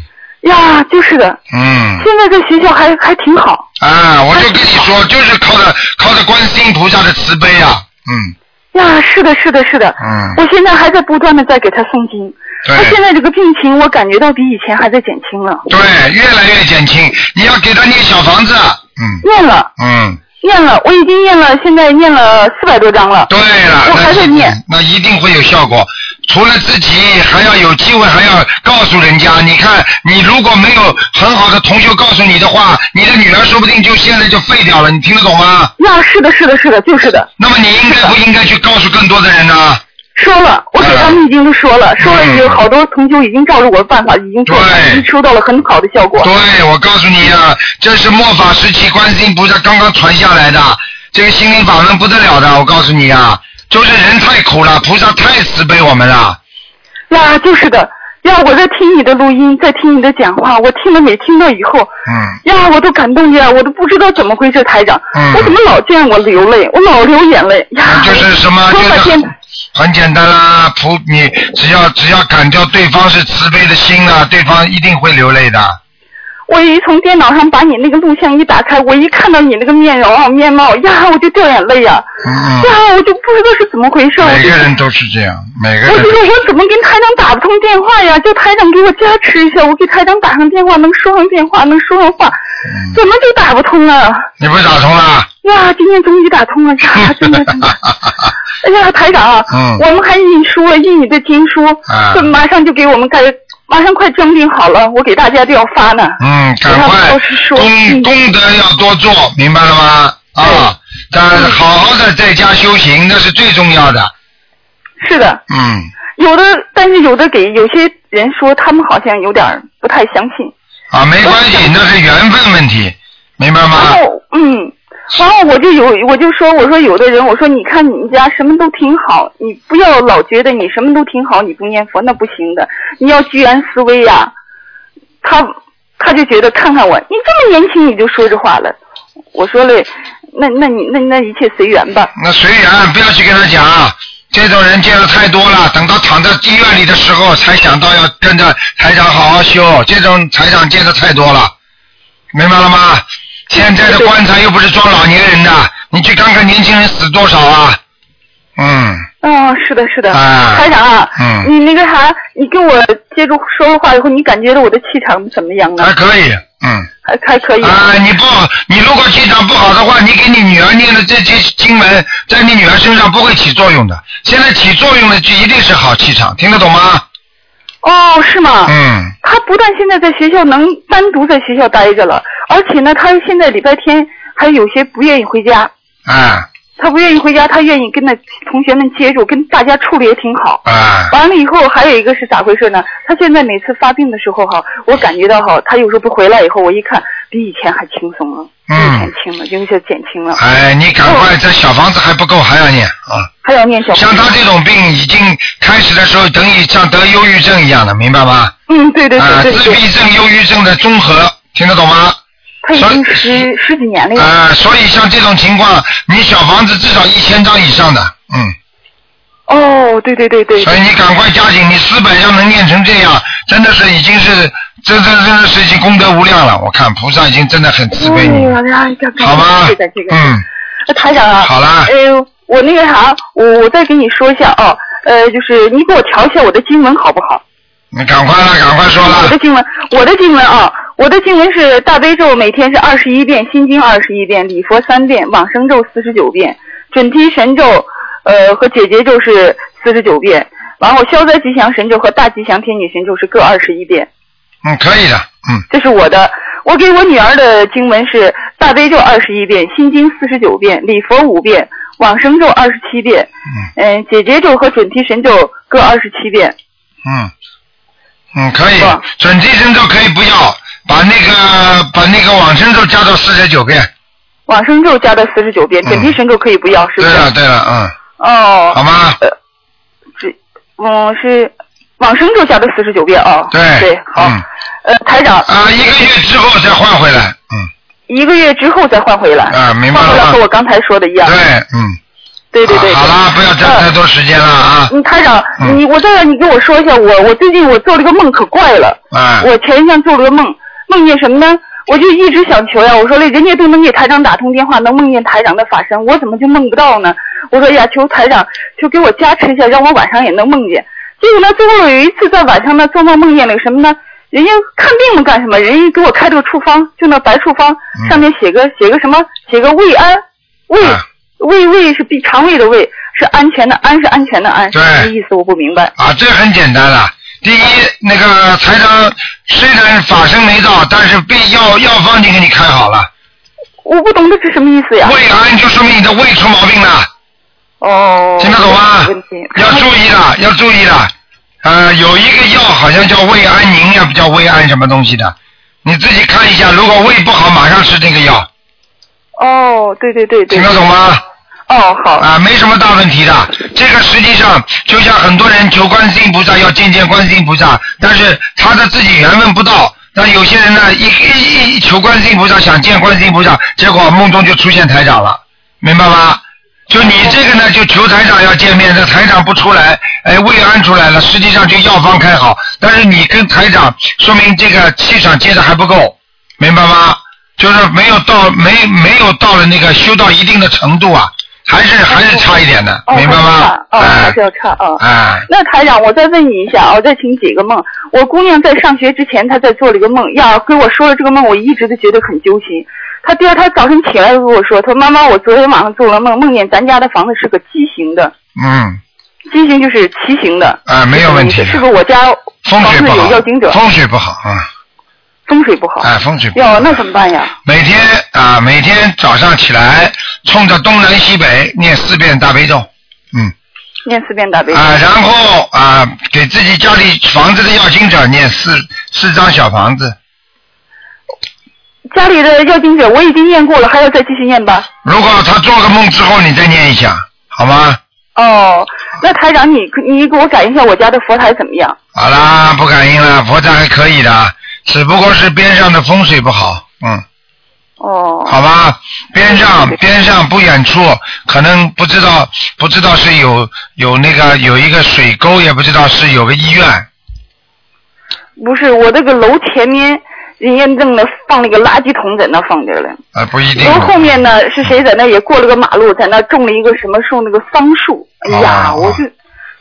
I: 呀，就是的，
B: 嗯，
I: 现在在学校还还挺好。
B: 啊，我就跟你说，就是靠着靠着观世音菩萨的慈悲啊，嗯
I: 呀，是的，是的，是的，
B: 嗯，
I: 我现在还在不断的在给他诵经。
B: 对嗯
I: 他现在这个病情，我感觉到比以前还在减轻了。
B: 对，越来越减轻。你要给他念小房子，嗯
I: 念了，
B: 嗯，
I: 念了，我已经念了，现在念了四百多章了。
B: 对了，啊
I: 我
B: 那
I: 还在念
B: 那一定会有效果。除了自己，还要有机会，还要告诉人家。你看，你如果没有很好的同修告诉你的话，你的女儿说不定就现在就废掉了。你听得懂吗？
I: 呀，是的，是的，是的，就是的，
B: 那么你应该不应该去告诉更多的人呢、
I: 说了，我给
B: 嗯
I: 他们已经都说了，说了有好多同修已经照着我的办法，已经做了，
B: 对
I: 已经收到了很好的效果。
B: 对，我告诉你啊，这是末法时期观世音菩萨刚刚传下来的，这个心灵法门不得了的。我告诉你啊，就是人太苦了，菩萨太慈悲我们了。
I: 呀，就是的，呀，我在听你的录音，在听你的讲话，我听了每听到以后，
B: 嗯，
I: 呀，我都感动呀，我都不知道怎么回事，台长，
B: 嗯
I: 我怎么老见我流泪，我老流眼泪呀
B: 那。就是什么，就
I: 说半
B: 是
I: 哎天，
B: 很简单啦，菩你只要只要感觉对方是慈悲的心啊，对方一定会流泪
I: 哦
B: 的。
I: 我一从电脑上把你那个录像一打开，我一看到你那个面容啊面貌呀，我就掉眼泪呀，
B: 嗯，
I: 呀，我就不知道是怎么回事，我
B: 每
I: 就
B: 个人都是这样，每个
I: 我
B: 人
I: 觉。得我怎么跟台长打不通电话呀？叫台长给我加持一下，我给台长打上电话，能说上电话，能说上话，
B: 嗯
I: 怎么就打不通啊？
B: 你不是打通了？
I: 呀，今天终于打通了 呀！真的，真的。哎呀，台长啊，
B: 嗯
I: 我们还印书了，印你的经书，
B: 啊
I: 这马上就给我们盖，马上快装订好了，我给大家都要发呢。
B: 嗯，赶快
I: 我是说
B: 功
I: 嗯
B: 功德要多做，明白了吗？啊，但
I: 嗯
B: 好好的在家修行，那是最重要的。
I: 是的，
B: 嗯，
I: 有的，但是有的给有些人说，他们好像有点儿不太相信。
B: 啊，没关系，那是缘分问题，明白
I: 然
B: 吗？
I: 后，嗯，然后我就有，我就说，我说有的人，我说你看你们家什么都挺好，你不要老觉得你什么都挺好，你不念佛那不行的，你要居安思危呀、他他就觉得看看我，你这么年轻你就说这话了，我说了，那那你那那一切随缘吧。
B: 那随缘，不要去跟他讲啊。这种人见的太多了，等到躺在医院里的时候，才想到要跟着台长好好修。这种台长见的太多了，明白了吗？现在的棺材又不是装老年人的，你去看看年轻人死多少啊？嗯，
I: 嗯，是的，是的，
B: 啊
I: 台长啊，
B: 嗯
I: 你那个啥，你跟我接触说了话以后，你感觉到我的气场怎么样呢啊
B: 还？可以，嗯。
I: 还还可以吗。
B: 啊，你不，你如果气场不好的话，你给你女儿念的这些经文，在你女儿身上不会起作用的。现在起作用的就一定是好气场，听得懂吗？
I: 哦，是吗？
B: 嗯，
I: 他不但现在在学校能单独在学校待着了，而且呢，他现在礼拜天还有些不愿意回家。
B: 啊
I: 他不愿意回家，他愿意跟那同学们接触，跟大家处的也挺好。
B: 啊，
I: 完了以后，还有一个是咋回事呢？他现在每次发病的时候哈，我感觉到哈，他有时候不回来以后，我一看比以前还轻松了，比以前
B: 嗯，
I: 轻了，因为是减轻了，
B: 哎，你赶快，这小房子还不够，还要念啊。
I: 还要念小
B: 像他这种病已经开始的时候，等于像得忧郁症一样的，明白吗？
I: 嗯，对对
B: 啊，
I: 对对
B: 自
I: 对，
B: 闭症、忧郁症的综合，听得懂吗？
I: 他已经
B: 所以
I: 十十几年了呀，
B: 啊，所以像这种情况，你小房子至少一千张以上的，嗯。
I: 哦，对对对对，
B: 所以你赶快加紧，你四本要能念成这样，真的是已经是，真真真的是已经功德无量了。我看菩萨已经真的很慈悲你，
I: 哎呀，这个
B: 好吗
I: 这个这？个，
B: 嗯，
I: 呃台长啊，
B: 好啦，
I: 呃，我那个啥，我我再给你说一下哦，呃，就是你给我调一下我的经文好不好？
B: 你赶快了，赶快说
I: 我
B: 了
I: 的，经文，我的经文啊，我的经文是大悲咒每天是二十一遍，心经二十一遍，礼佛三遍，往生咒四十九遍，准提神咒，呃和解结咒是四十九遍，完后消灾吉祥神咒和大吉祥天女神咒是各二十一遍，
B: 嗯，可以的，嗯，
I: 这是我的。我给我女儿的经文是大悲咒二十一遍，心经四十九遍，礼佛五遍，往生咒二十七遍，嗯、解结咒和准提神咒各二十七遍。
B: 嗯，嗯，可以
I: 哇，
B: 准提神咒可以不要，把那个把那个往生咒加到四十九遍。
I: 往生咒加到四十九遍，准提神咒可以不要，是
B: 嗯
I: 不
B: 对啊
I: 是？
B: 了对嗯了，
I: 哦
B: 嗯，，好吗？
I: 呃这嗯是往生咒加到四十九遍哦。
B: 对
I: 对，好。
B: 嗯
I: 呃，台长，
B: 啊，一个月之后再换回来，嗯，
I: 一个月之后再换回来。
B: 啊，明白
I: 换回来
B: 了
I: 和
B: 吗？
I: 我刚才嗯说的一样。
B: 对，嗯，
I: 对对对。
B: 啊好啦，不要占太多时间了啊，
I: 嗯，台长，
B: 嗯
I: 你我再让你给我说一下，我我最近我做了个梦，可怪了。
B: 啊，
I: 我前一天做了个梦，梦见什么呢？我就一直想求呀，我说嘞，人家都能给台长打通电话，能梦见台长的法身，我怎么就梦不到呢？我说哎呀，求台长，求给我加持一下，让我晚上也能梦见。结果呢，最后有一次在晚上呢，做梦梦见了个什么呢？人家看病嘛干什么？人家给我开了个处方，就那白处方，
B: 嗯
I: 上面写个写个什么？写个胃安，胃、
B: 啊
I: 胃胃是比肠胃的胃，是安全的安，是安全的安，
B: 对
I: 什么意思我不明白。
B: 啊，这很简单了。第一，那个财长虽然法身没到，但是被药药方已经给你开好了，
I: 我不懂这是什么意思呀？
B: 胃安就说明你的胃出毛病了，
I: 哦，
B: 听得懂吗
I: 问题？
B: 要注意了，要注意了。呃，有一个药好像叫胃安宁，要不叫胃安什么东西的，你自己看一下。如果胃不好，马上吃这个药，
I: 哦，对对对对
B: 听。得懂吗？
I: 哦，好，
B: 啊，没什么大问题的。这个实际上就像很多人求观世音菩萨要见见观世音菩萨，但是他的自己缘分不到。那有些人呢，一一一求观世音菩萨，想见观世音菩萨，结果梦中就出现台长了，明白吗？就你这个呢，就求台长要见面，这台长不出来，哎，胃安出来了，实际上就药方开好，但是你跟台长说明这个气场接的还不够，明白吗？就是没有到没没有到了那个修到一定的程度啊，还是还是差一点的，
I: 哦，
B: 明白吗？
I: 还是要看哦，
B: 哎
I: 还是要看哦。
B: 哎，
I: 那台长，我再问你一下啊，我再请几个梦。我姑娘在上学之前，她在做了一个梦，呀，跟我说了这个梦，我一直都觉得很揪心。她第二天早晨起来跟我说，她说妈妈，我昨天晚上做了梦，梦见咱家的房子是个畸形的，
B: 嗯，
I: 畸形就是畸形的，
B: 啊，没有问题
I: 是不
B: 的，
I: 是我家
B: 风
I: 房
B: 水
I: 子
B: 不
I: 有
B: 好
I: 要经者，，
B: 风水不好，嗯，
I: 风水不好？
B: 哎，风水不好
I: 哟，。那怎么办呀？
B: 每天啊，每天早上起来，冲着东南西北念四遍大悲咒，嗯，
I: 念四遍大悲咒。
B: 啊，然后啊，给自己家里房子的要经者念四四张小房子。
I: 家里的要经者我已经念过了，还要再继续念吧？
B: 如果他做个梦之后，你再念一下，好吗？
I: 哦，那台长你你给我改一下我家的佛台怎么样？
B: 好啦，不感应了，佛台还可以的，只不过是边上的风水不好，嗯，
I: 哦，
B: 好吧，边上边上不远处，可能不知道不知道是有有那个有一个水沟，也不知道是有个医院，
I: 不是我这个楼前面人家弄的放了一个垃圾桶在那放着了，
B: 呃，不一定
I: 楼。后面呢是谁在那也过了个马路，在那种了一个什么树那个桑树，哎呀，
B: 哦
I: 我就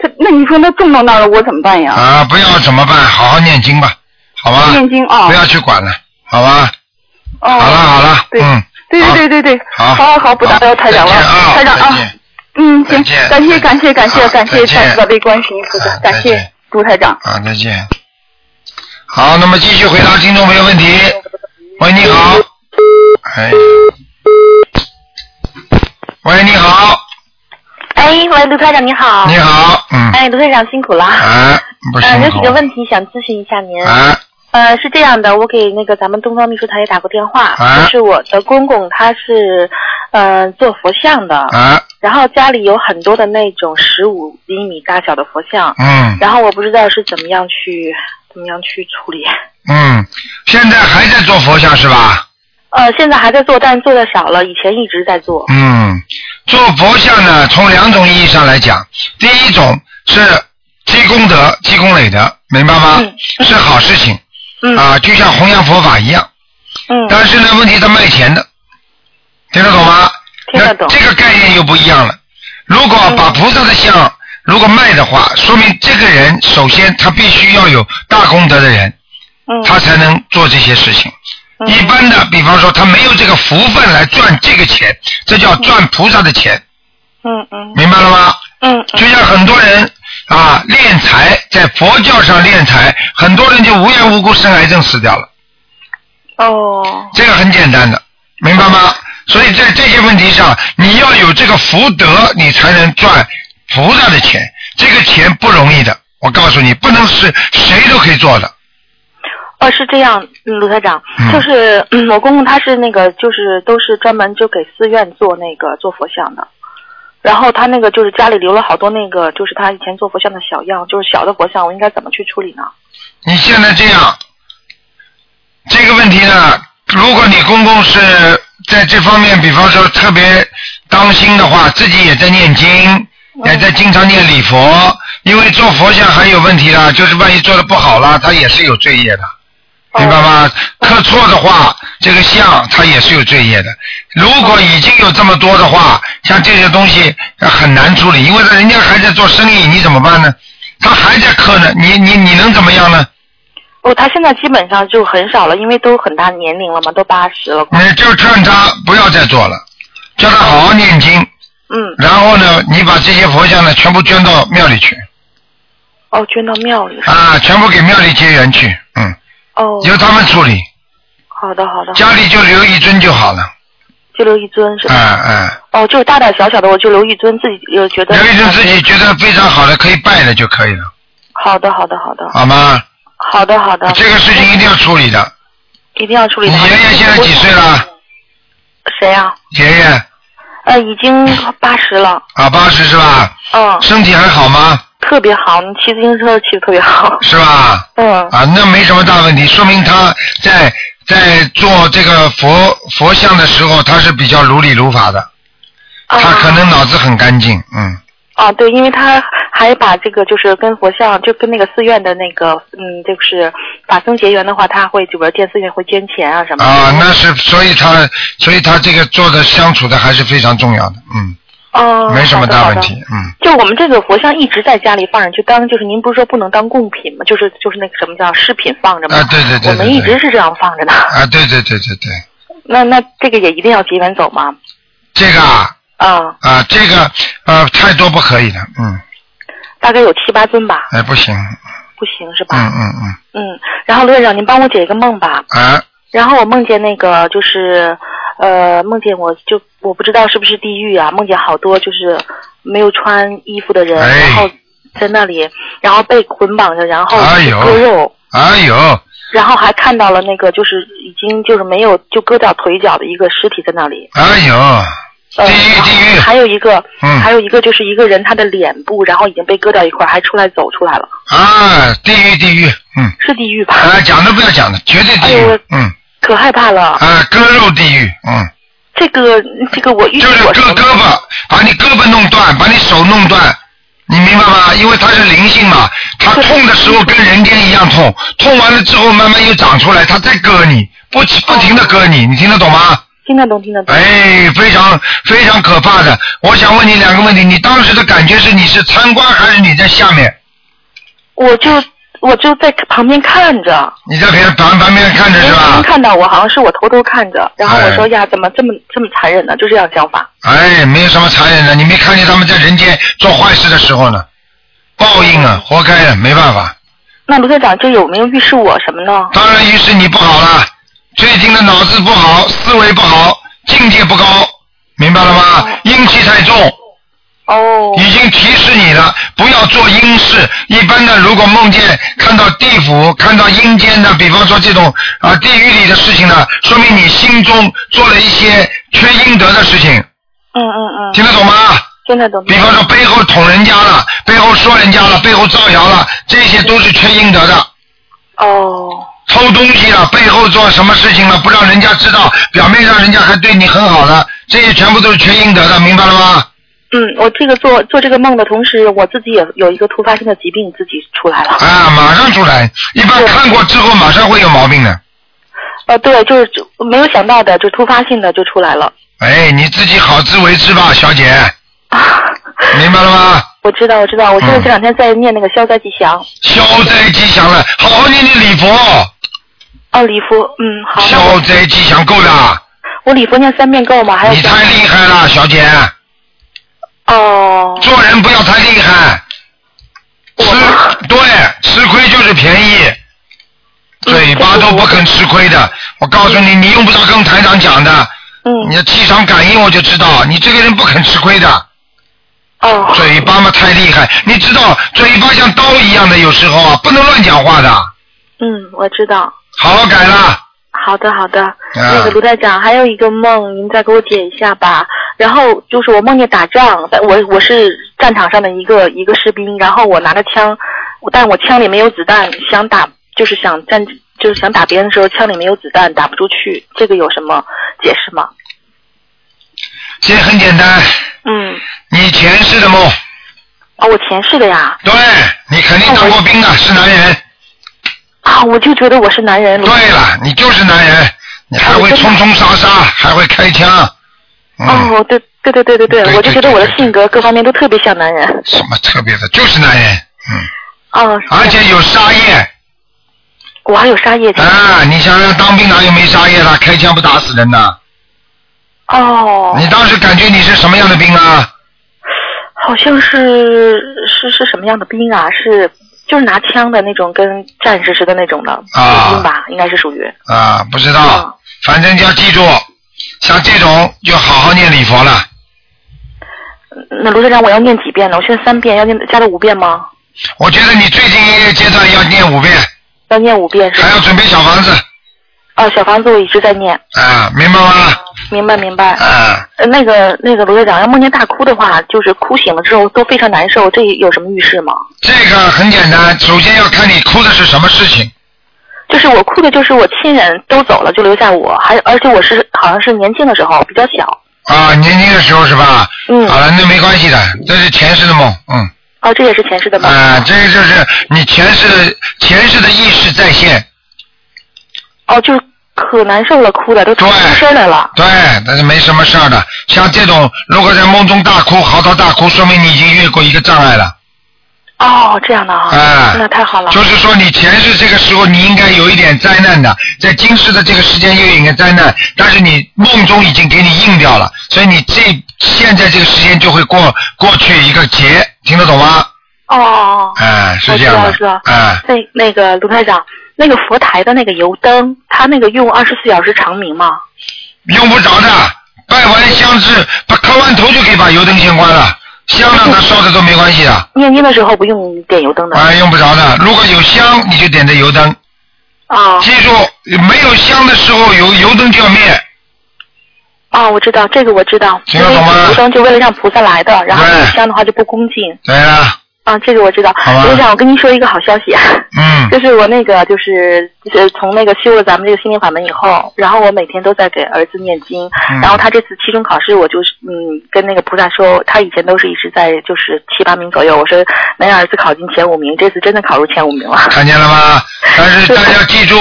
I: 他那你说那种到那儿了我怎么办呀？
B: 啊，不要怎么办？好好念经吧，好吧，
I: 念经啊
B: 不，要去管了，好吧？好
I: 哦，
B: 了好了，
I: 对
B: 嗯，
I: 对对对对对，
B: 好，
I: 好好不打扰台长了
B: 再见啊，
I: 台长
B: 再
I: 啊
B: 见。
I: 嗯，
B: 再
I: 行
B: 见，
I: 感谢感谢感
B: 好
I: 谢感
B: 再
I: 谢
B: 见
I: 大慈大悲观世音菩萨
B: 啊，
I: 感
B: 再
I: 谢
B: 见
I: 朱台长。
B: 啊，再见。好，那么继续回答听众朋友问题。喂，你好。哎。喂，你好，
J: 哎，喂，卢科长您好。
B: 你好，嗯，
J: 哎，卢科长辛苦了。
B: 哎，不
J: 嗯，
B: 辛
J: 有几
B: 苦。
J: 个问题想咨询一下您。
B: 哎，
J: 呃，是这样的，我给那个咱们东方秘书台也打过电话，
B: 啊
J: 就是我的公公他是呃做佛像的，
B: 啊，
J: 然后家里有很多的那种十五厘米大小的佛像，
B: 嗯
J: 然后我不知道是怎么样去怎么样去处理。
B: 嗯，现在还在做佛像是吧？
J: 呃，现在还在做，但是做的少了，以前一直在做。
B: 嗯，做佛像呢，从两种意义上来讲，第一种是积功德、积功累德，明白吗？是好事情。
J: 嗯
B: 啊，就像弘扬佛法一样。
J: 嗯。
B: 但是呢，问题他卖钱的，听得懂吗？
J: 嗯听得懂嗯
B: 那这个概念又不一样了。如果把菩萨的像如果卖的话，说明这个人首先他必须要有大功德的人，
J: 嗯
B: 他才能做这些事情。一般的，比方说他没有这个福分来赚这个钱，这叫赚菩萨的钱，
J: 嗯嗯
B: 明白了吗？
J: 嗯
B: 就像很多人啊练财，在佛教上练财，很多人就无缘无故生癌症死掉了，
J: 哦，
B: 这个很简单的，明白
J: 嗯
B: 吗？所以在这些问题上，你要有这个福德，你才能赚菩萨的钱，这个钱不容易的，我告诉你，不能是谁都可以做的。
J: 哦，是这样，嗯卢台长，就是、嗯我公公他是那个，就是都是专门就给寺院做那个做佛像的，然后他那个就是家里留了好多那个，就是他以前做佛像的小样，就是小的佛像，我应该怎么去处理呢？
B: 你现在这样，这个问题呢，如果你公公是在这方面，比方说特别当心的话，自己也在念经，也在经常念礼佛，因为做佛像还有问题啦，就是万一做的不好啦，他也是有罪业的，明白吗？刻错的话，这个像他也是有罪业的。如果已经有这么多的话，像这些东西呃很难处理，因为人家还在做生意，你怎么办呢？他还在刻呢，你你你能怎么样呢？
J: 哦，他现在基本上就很少了，因为都很大年龄了嘛，都八十了。
B: 你就劝他不要再做了，叫他好好念经，
J: 嗯，
B: 然后呢，你把这些佛像呢全部捐到庙里去
J: 哦，捐到庙里。
B: 啊，全部给庙里结缘去，嗯，
J: 哦，
B: 由他们处理，
J: 好的好的。
B: 家里就留一尊就好了，
J: 就留一尊是
B: 啊
J: 吧？
B: 啊，
J: 哦，就是大大小小的，我就留一尊，自己呃觉得。
B: 留一尊自己觉得非常好的可以拜的就可以了，
J: 好的好的好的
B: 好吗？
J: 好的好的。
B: 这个事情一定要处理的。
J: 一定要处理
B: 你
J: 好。
B: 爷爷现在几岁了？
J: 谁呀、
B: 爷爷
J: 呃，已经八十了，
B: 啊，八十是吧？
J: 嗯，
B: 身体还好吗？
J: 特别好，你骑自行车骑的特别好，
B: 是吧？
J: 嗯，
B: 啊，那没什么大问题，说明他在在做这个佛佛像的时候，他是比较如理如法的，
J: 哦
B: 他可能脑子很干净，嗯，
J: 啊，对，因为他还把这个就是跟佛像，就跟那个寺院的那个，嗯，就是法僧结缘的话，他会就比如建寺院会捐钱啊什么的，
B: 啊，那是所以他所以他这个做的相处的还是非常重要的，嗯，
J: 哦，
B: 没什么大问
J: 好的。好
B: 题
J: 的，
B: 嗯，
J: 就我们这个佛像一直在家里放着，就当就是您不是说不能当贡品吗？就是就是那个什么叫饰品放着吗？
B: 啊，对对对
J: 我们
B: 对
J: 一
B: 对
J: 直，是这样放着的。
B: 啊，对对对对对，
J: 那那这个也一定要结缘走吗？
B: 这个啊
J: 啊，
B: 啊这个呃太多不可以的，嗯，
J: 大概有七八尊吧，
B: 哎不行，
J: 不行是吧？
B: 嗯嗯嗯，
J: 嗯，然后刘院长，您帮我解一个梦吧。
B: 啊
J: 然后我梦见那个就是，呃，梦见我就我不知道是不是地狱啊，梦见好多就是没有穿衣服的人，
B: 哎
J: 然后在那里，然后被捆绑着，然后
B: 哎呦
J: 割肉，
B: 哎呦，
J: 然后还看到了那个就是已经就是没有就割掉腿脚的一个尸体在那里。
B: 哎呦，
J: 呃、
B: 地狱
J: 然后
B: 地狱
J: 还有一个，
B: 嗯
J: 还有一个就是一个人他的脸部，然后已经被割掉一块，还出来走出来了，
B: 啊地狱地狱，嗯。
J: 是地狱吧？
B: 啊，讲都不要讲了，绝对地
J: 哎
B: 狱
J: 呦，
B: 嗯，
J: 可害怕了。
B: 啊，割肉地狱，嗯，
J: 这个这个我遇
B: 就是
J: 过
B: 割胳膊，把你胳膊弄断，把你手弄断，你明白吗？因为它是灵性嘛，它痛的时候跟人间一样痛，痛完了之后慢慢又长出来，它再割你，不不停的割你，你听得懂吗？
J: 哦听得懂听得懂。
B: 哎，非常非常可怕的。我想问你两个问题，你当时的感觉是你是参观还是你在下面？
J: 我就我就在旁边看着，
B: 你在旁旁旁边看着是
J: 因为他
B: 吧
J: 们？看到我，好像是我偷偷看着，然后我说、
B: 哎
J: 呀，怎么这么这么残忍呢？就这样想法。
B: 哎，没有什么残忍的，你没看见他们在人间做坏事的时候呢？报应啊，活该的，没办法。
J: 那卢队长，这有没有预示我什么呢？
B: 当然，于是你不好了，最近的脑子不好，思维不好，境界不高，明白了吗？阴气太重，
J: 哦，
B: 已经提示你了，不要做阴事。一般的，如果梦见看到地府、看到阴间的，比方说这种啊地狱里的事情呢，说明你心中做了一些缺阴德的事情。
J: 嗯嗯嗯，
B: 听得懂吗？
J: 听得懂。
B: 比方说背后捅人家了，背后说人家了，背后造谣了，这些都是缺阴德的。
J: 哦。
B: 偷东西了，背后做什么事情了，不让人家知道，表面上人家还对你很好了，这些全部都是缺阴德的，明白了吗？
J: 嗯，我这个做做这个梦的同时，我自己也有一个突发性的疾病，自己出来了。
B: 啊，马上出来，一般看过之后马上会有毛病的。
J: 呃，对，就是就没有想到的，就突发性的就出来了。
B: 哎，你自己好自为之吧，小姐。明白了吗？嗯
J: 我知道，我知道，我现在这两天在念那个消灾吉祥。
B: 消灾吉祥了，好好念念礼佛。
J: 哦，礼佛，嗯，好。那
B: 消灾吉祥够了，
J: 我礼佛念三遍够吗？还有
B: 你太厉害了，小姐。
J: 哦。
B: 做人不要太厉害。吃对，吃亏就是便宜。嘴巴都不肯吃亏的，我告诉你，你用不着跟台长讲的。
J: 嗯。
B: 你的气场感应我就知道，你这个人不肯吃亏的。
J: 哦。
B: 嘴巴嘛太厉害，你知道嘴巴像刀一样的，有时候啊不能乱讲话的，
J: 嗯，我知道。
B: 好好改了。
J: 好的，好的。那个卢台长，还有一个梦，您再给我解一下吧。然后就是我梦见打仗，但我我是战场上的一个一个士兵，然后我拿着枪，但我枪里没有子弹，想打就是想战就是想打别人的时候，枪里没有子弹，打不出去，这个有什么解释吗？
B: 这很简单，
J: 嗯，
B: 你前世的梦，
J: 啊，我前世的呀，
B: 对你肯定当过兵的，是男人。
J: 啊，我就觉得我是男人。
B: 对了，你就是男人，你还会冲冲杀杀，
J: 啊
B: 还会开枪。嗯，
J: 哦，对对对对对对，我就觉得我的性格各方面都特别像男人。
B: 什么特别的，就是男人，嗯，
J: 哦，
B: 而且有杀业。
J: 我还有杀业的。
B: 啊，你想想当兵哪有没杀业的？开枪不打死人的。
J: 哦。
B: 你当时感觉你是什么样的兵啊？
J: 好像是是是什么样的兵啊？是就是拿枪的那种，跟战士似的那种的
B: 啊
J: 兵吧，应该是属于。
B: 啊，不知道，反正要记住，像这种就好好念礼佛了。
J: 那卢队长，我要念几遍呢？我现在三遍，要念加到五遍吗？
B: 我觉得你最近一个阶段要念五遍，
J: 要念五遍是吧？
B: 还要准备小房子
J: 哦，小房子我一直在念，
B: 啊，明白吗？
J: 明白明白。
B: 啊，
J: 呃，那个那个卢队长，要梦见大哭的话，就是哭醒了之后都非常难受，这有什么预示吗？
B: 这个很简单，首先要看你哭的是什么事情。
J: 就是我哭的，就是我亲人都走了，就留下我，还而且我是好像是年轻的时候比较小。
B: 啊，年轻的时候是吧？
J: 嗯。
B: 好了，那没关系的，这是前世的梦，嗯。
J: 哦，这也是前世的梦。
B: 啊，这个就是你前世的前世的意识再现，
J: 哦，就是可难受了，哭的都出声来了。
B: 对，但是没什么事儿的。像这种如果在梦中大哭、嚎啕大哭，说明你已经越过一个障碍了。
J: 哦，这样的啊，
B: 哎
J: 那太好了。
B: 就是说，你前世这个时候你应该有一点灾难的，在今世的这个时间又有一点灾难，但是你梦中已经给你应掉了，所以你这现在这个时间就会过过去一个劫，听得懂吗？
J: 哦，
B: 哎、是这样
J: 我
B: 的
J: 知道我，知道
B: 哎、
J: 那那个卢台长，那个佛台的那个油灯，它那个用二十四小时长明吗？
B: 用不着的，拜完香至，把磕完头就可以把油灯先关了，香让它烧着都没关系的，
J: 念经的时候不用点油灯的。
B: 啊，用不着的。如果有香，你就点着油灯，
J: 哦
B: 记住，没有香的时候，油油灯就要灭。
J: 哦，我知道这个我知道，
B: 听得懂吗
J: 因为油灯就为了让菩萨来的，然后
B: 对
J: 香的话就不恭敬。
B: 对啊，
J: 啊，这个我知道。
B: 好吧
J: 卢台长，我跟您说一个好消息啊。
B: 嗯，
J: 就是我那个，就是就是从那个修了咱们这个心灵法门以后，然后我每天都在给儿子念经，
B: 嗯
J: 然后他这次期中考试，我就是嗯跟那个菩萨说，他以前都是一直在就是七八名左右，我说能让儿子考进前五名，这次真的考入前五名了。
B: 看见了吗？但是大家要记住，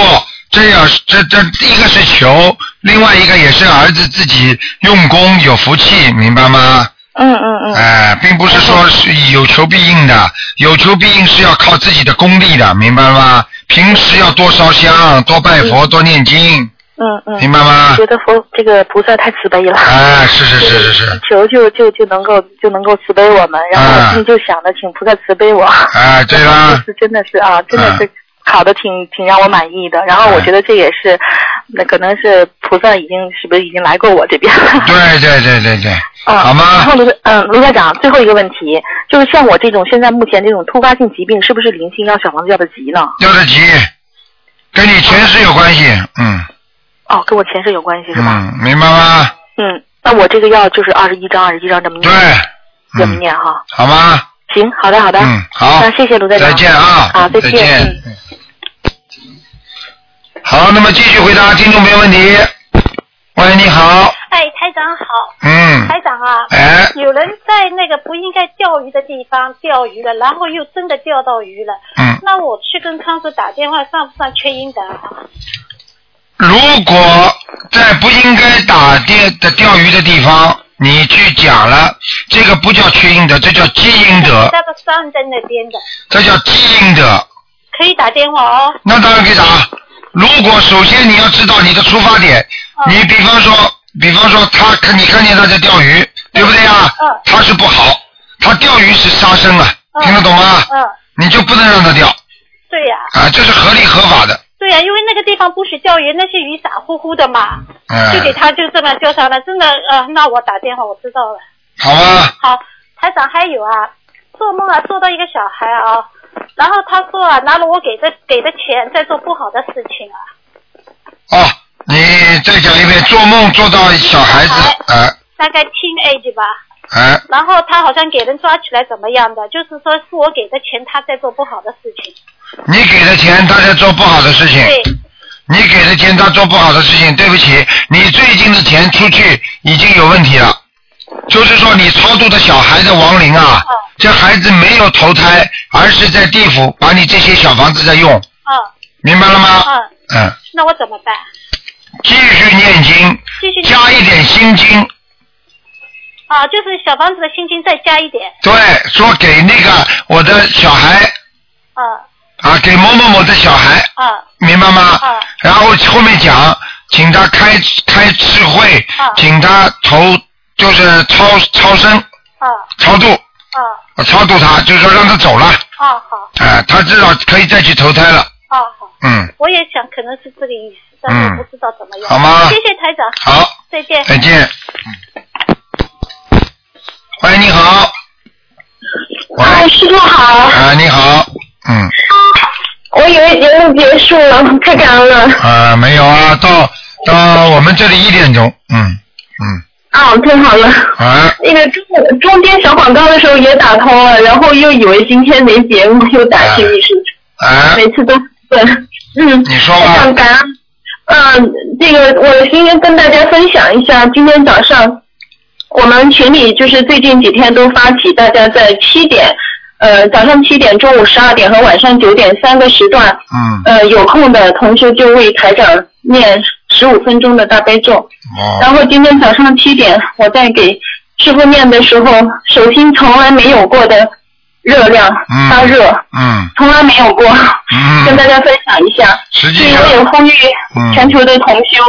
B: 这要这这一个是求，另外一个也是儿子自己用功有福气，明白吗？
J: 嗯嗯嗯，
B: 哎、并不是说是有求必应的，有求必应是要靠自己的功力的，明白吗？平时要多烧香，多拜佛，多念经，
J: 嗯嗯，
B: 明白吗
J: 觉得佛这个菩萨太慈悲了。
B: 哎、是是是是是，
J: 求就就就能够就能够慈悲我们，然后
B: 啊
J: 我心里就想着请菩萨慈悲我。
B: 哎、对
J: 这
B: 啦，
J: 次 真的是啊，真的是考的挺挺让我满意的。然后
B: 啊
J: 我觉得这也是，那可能是菩萨已经是不是已经来过我这边了？
B: 对对对对对，
J: 嗯，
B: 好吗
J: 然后卢嗯，卢院长，最后一个问题，就是像我这种现在目前这种突发性疾病，是不是灵性要小房子要的急呢？
B: 要得急，跟你前世有关系，嗯
J: 哦，跟我前世有关系是吧？
B: 嗯，明白吗？
J: 嗯，那我这个要就是二十一章，二十一章这么念，这么
B: 嗯，
J: 念哈。
B: 好吗？
J: 行，好的好的，
B: 嗯，好
J: 那，谢谢卢队长，
B: 再见啊，
J: 好，再见，嗯。
B: 见。好，那么继续回答听众朋友问题。喂，你好，
K: 哎，台长好，
B: 嗯，
K: 台长啊，
B: 哎
K: 有人在那个不应该钓鱼的地方钓鱼了，然后又真的钓到鱼了，
B: 嗯，
K: 那我去跟康师打电话算不算缺阴德啊？
B: 如果在不应该打电的钓鱼的地方，你去讲了，这个不叫缺阴德，这叫积阴德，
K: 那个山在那边的，
B: 这叫积阴德。
K: 可以打电话哦。
B: 那当然可以打。如果首先你要知道你的出发点，你比方说，比方说他看你看见他在钓鱼，对不对呀？他是不好，他钓鱼是杀生啊，听得懂吗？
K: 嗯，
B: 你就不能让他钓
K: 对呀、
B: 啊，这是合理合法的。
K: 对呀、因为那个地方不许钓鱼，那些鱼傻乎乎的嘛，
B: 哎
K: 就给他就这么钓上了。真的，呃，那我打电话，我知道了。
B: 好啊吗？
K: 好，台长还有啊，做梦啊，做到一个小孩啊，然后他说啊，拿了我给的给的钱在做不好的事情啊，
B: 哦，你再讲一遍，做梦做到小孩子，哎
K: 大概 teenage 吧。
B: 哎，
K: 然后他好像给人抓起来怎么样的，就是说是我给的钱，他在做不好的事情。
B: 你给的钱他在做不好的事情，
K: 对，
B: 你给的钱他做不好的事情，对不起，你最近的钱出去已经有问题了，就是说你超度的小孩的亡灵啊，
K: 嗯
B: 这孩子没有投胎，而是在地府把你这些小房子在用，
K: 嗯，
B: 明白了吗？
K: 嗯，
B: 嗯，
K: 那我怎么办？
B: 继续念经，
K: 继续
B: 加一点心经，
K: 啊，就是小房子的心经再加一点。
B: 对，说给那个我的小孩
K: 嗯
B: 啊，给某某某的小孩，
K: 嗯
B: 明白吗？
K: 嗯
B: 然后后面讲，请他开开智慧，
K: 啊
B: 请他投就是超超生
K: 嗯
B: 超度，
K: 嗯
B: 我超度他，就是说让他走了，
K: 啊好
B: 哎、他至少可以再去投胎了，
K: 啊好，
B: 嗯，
K: 我也想可能是这个意思，但是我不知道怎么样。
B: 好吗
K: 谢谢台长。
B: 好，
K: 再见。
B: 再见。嗯喂，你好。喂，
I: 哎
L: 师傅好，
B: 啊，你好，嗯
L: 我以为节目结束了，太感恩了。
B: 啊，没有啊，到到我们这里一点钟，嗯哦
L: 啊，太好了。
B: 啊，
L: 那个中中间小广告的时候也打通了，然后又以为今天没节目，又打听一声，
B: 啊，
L: 每次都对，嗯，
B: 你说
L: 非常感恩。嗯，这个我今天跟大家分享一下，今天早上我们群里就是最近几天都发起，大家在七点，呃，早上七点、中午十二点和晚上九点三个时段，
B: 嗯，
L: 呃，有空的同学就为台长念十五分钟的大悲咒。
B: 哦
L: 然后今天早上七点，我在给师傅念的时候，手心从来没有过的热量
B: 嗯
L: 发热，
B: 嗯
L: 从来没有过。
B: 嗯，
L: 跟大家分享一下，
B: 实
L: 所以我也呼吁全球的同修，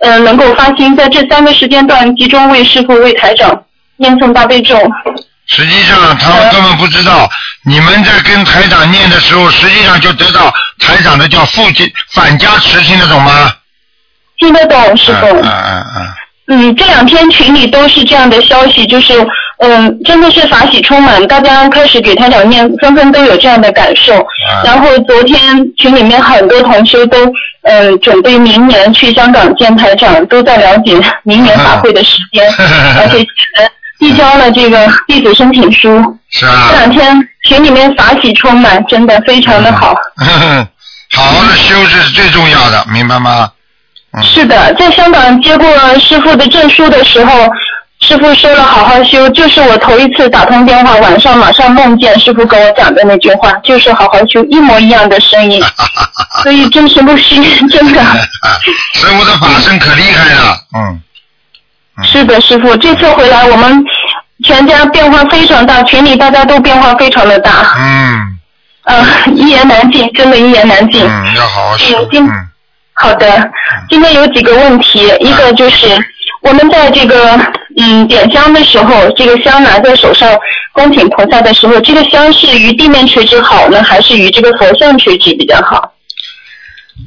L: 嗯、能够发心在这三个时间段集中为师傅、为台长念诵大悲咒。
B: 实际上他们根本不知道，你们在跟台长念的时候，实际上就得到台长的叫附近反加持，听得懂吗？
L: 听得懂，师傅。
B: 嗯嗯嗯，
L: 嗯，这两天群里都是这样的消息，就是嗯，真的是法喜充满，大家开始给台长念，纷纷都有这样的感受。然后昨天群里面很多同修都嗯准备明年去香港见台长，都在了解明年法会的时间， 而且递交了这个弟子申请书。
B: 是啊
L: 这两天群里面法喜充满，真的非常的好。
B: 呵呵 好好的修是最重要的，明白吗？
L: 是的，在香港接过师傅的证书的时候，师傅说了好好修，就是我头一次打通电话，晚上马上梦见师傅跟我讲的那句话，就是好好修，一模一样的声 音，所以真是不虚，真的。
B: 师傅啊的法身可厉害了，嗯，
L: 是的，师傅，这次回来我们全家变化非常大，群里大家都变化非常的大，
B: 嗯
L: 呃，一言难尽，真的一言难尽。
B: 嗯，要好好修，
L: 今好的，今天有几个问题，一个就是我们在这个嗯点香的时候，这个香拿在手上恭请菩萨的时候，这个香是于地面垂直好呢，还是于这个佛像垂直比较好？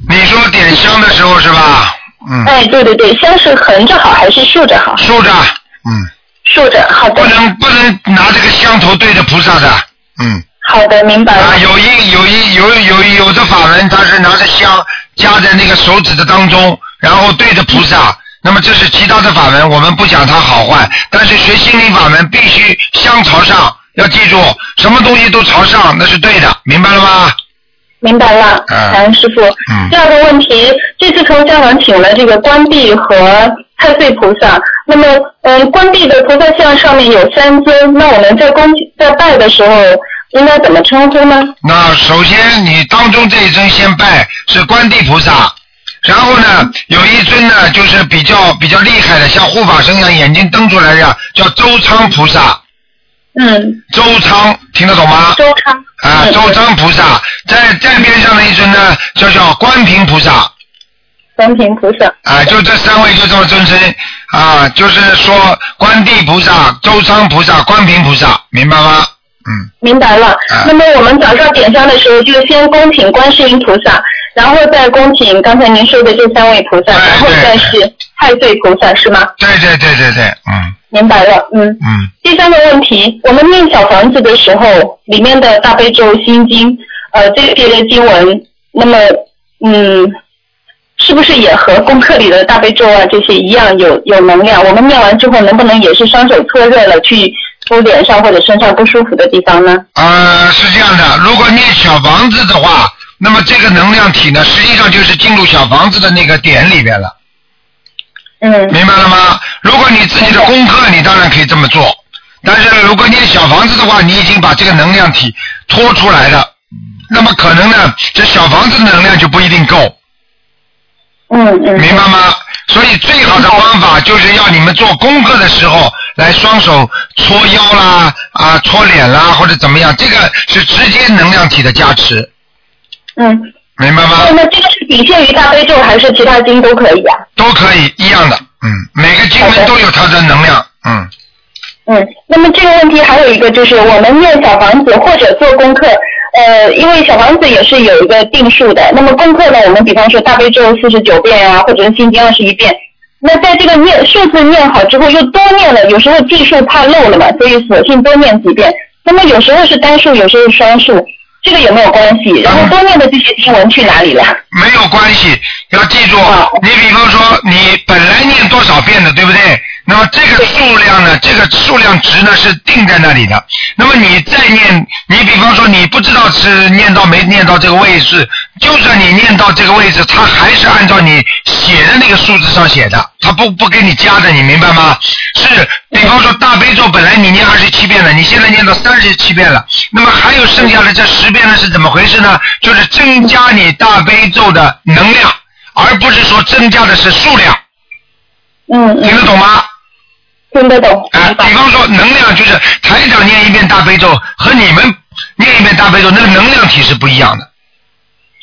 B: 你说点香的时候是吧？嗯，
L: 哎，对对对，香是横着好还是竖着好？
B: 竖着。
L: 竖着，好的。
B: 不能不能拿这个香头对着菩萨的，嗯。
L: 好的，明白了。
B: 啊，有一有一有有有的法门，他是拿着香夹在那个手指的当中，然后对着菩萨。那么这是其他的法门，我们不讲它好坏，但是学心灵法门必须香朝上，要记住，什么东西都朝上，那是对的，明白了吗？
L: 明白了，感恩师傅。第二个问题，这次从香港请了这个关帝和太岁菩萨，那么，嗯，关帝的菩萨像上面有三尊，那我们在恭在拜的时候应该怎么称呼呢？
B: 那首先你当中这一尊先拜是观地菩萨，然后呢有一尊呢就是比较比较厉害的，像护法神一样眼睛瞪出来的，叫周仓菩萨。
L: 嗯。
B: 周仓听得懂吗？
L: 周仓。嗯
B: 啊，周仓菩萨，在在边上的一尊呢，就叫观平菩萨。
L: 观平菩萨。
B: 啊，就这三位就这么尊称啊，就是说观地菩萨、周仓菩萨、观平菩萨，明白吗？
L: 明白了。那么我们早上点香的时候，就先恭请观世音菩萨，然后再恭请刚才您说的这三位菩萨，然后再是太岁菩萨，是吗？
B: 对对对对对，嗯
L: 明白了，嗯。
B: 嗯。
L: 第三个问题，我们念小房子的时候，里面的大悲咒、心经，呃，这些的经文，那么，嗯，是不是也和功课里的大悲咒啊这些一样有有能量？我们念完之后，能不能也是双手搓热了去敷脸上或者身上不舒服的地方呢？
B: 呃，是这样的，如果念小房子的话，那么这个能量体呢，实际上就是进入小房子的那个点里边了。
L: 嗯。
B: 明白了吗？如果你自己的功课，你当然可以这么做。但是如果念小房子的话，你已经把这个能量体拖出来了，那么可能呢，这小房子的能量就不一定够。
L: 嗯嗯。
B: 明白吗？所以最好的方法就是要你们做功课的时候，来双手搓腰啦，啊，搓脸啦，或者怎么样，这个是直接能量体的加持，
L: 嗯。
B: 明白吗？
L: 那么这个是仅限于大悲咒还是其他经都可以啊？
B: 都可以一样的，嗯，每个经文都有它的能量，嗯，
L: 嗯，那么这个问题还有一个就是，我们念小房子或者做功课，呃，因为小房子也是有一个定数的。那么功课呢，我们比方说大悲咒四十九遍啊，或者是心经二十一遍。那在这个念数字念好之后，又多念了，有时候计数怕漏了嘛，所以索性多念几遍。那么有时候是单数，有时候是双数，这个有没有关系？然后多念的这些经文去哪里了？
B: 没有关系。要记住，你比方说你本来念多少遍的，对不对？那么这个数量呢，这个数量值呢是定在那里的。那么你再念，你比方说你不知道是念到没念到这个位置，就算你念到这个位置，它还是按照你写的那个数字上写的，它不不给你加的，你明白吗？是，比方说大悲咒本来你念二十七遍了，你现在念到三十七遍了，那么还有剩下的这十遍呢是怎么回事呢？就是增加你大悲咒的能量，而不是说增加的是数量。
L: 嗯，
B: 听得懂吗？
L: 听得懂。
B: 啊，比方说能量就是台长念一遍大悲咒和你们念一遍大悲咒那个能量体是不一样的。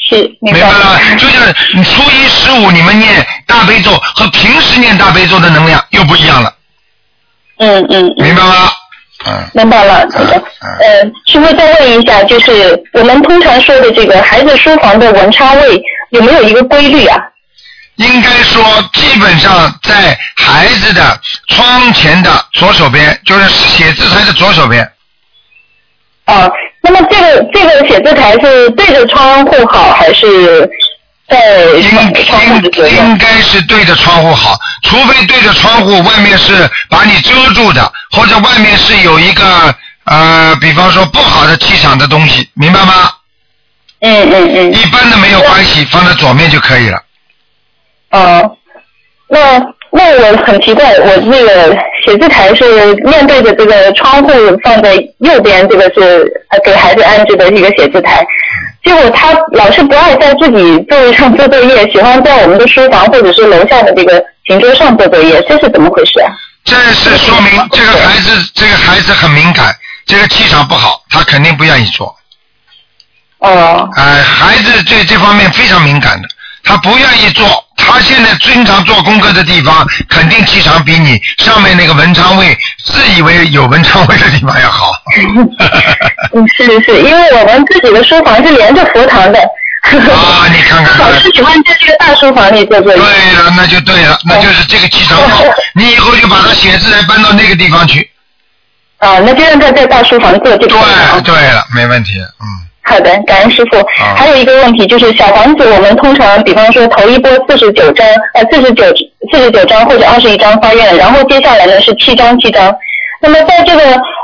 L: 是，
B: 明白了。就像初一十五你们念大悲咒和平时念大悲咒的能量又不一样了，
L: 嗯嗯。
B: 明白吗？嗯。
L: 明白了，这个，呃，师傅再问一下，就是我们通常说的这个孩子书房的文差位有没有一个规律啊？
B: 应该说，基本上在孩子的窗前的左手边，就是写字台的左手边。
L: 啊，那么这个这个写字台是对着窗户好，还是在窗窗户的左右？
B: 应该是对着窗户好，除非对着窗户外面是把你遮住的，或者外面是有一个呃，比方说不好的气场的东西，明白吗？
L: 嗯嗯嗯。
B: 一般的没有关系，放在左面就可以了。
L: 哦，那那我很奇怪，我那个写字台是面对着这个窗户放在右边，这个是呃给孩子安置的一个写字台。结果他老是不爱在自己座位上 做作业，喜欢在我们的书房或者是楼下的这个琴桌上做作业，这是怎么回事啊？
B: 这是说明这个孩子这个孩子很敏感，这个气场不好，他肯定不愿意做。
L: 哦。
B: 哎，孩子对这方面非常敏感的，他不愿意做。他现在经常做功课的地方，肯定气场比你上面那个文昌位自以为有文昌位的地方要好。
L: 嗯，是是是，因为我们自己的书房是连着佛堂的，
B: 啊，你看看，
L: 老是喜欢在这个大书房里做作业。
B: 对了，那就对了，那就是这个气场好。你以后就把他写字台搬到那个地方去。
L: 啊，那就让他在大书房做就可以了。
B: 对了，没问题。
L: 啊
B: 嗯啊
L: 好的，感恩师傅。还有一个问题就是，小房子我们通常，比方说头一波四十九张，呃，四十九四十九张或者二十一张发愿，然后接下来呢是七张七张。那么在这个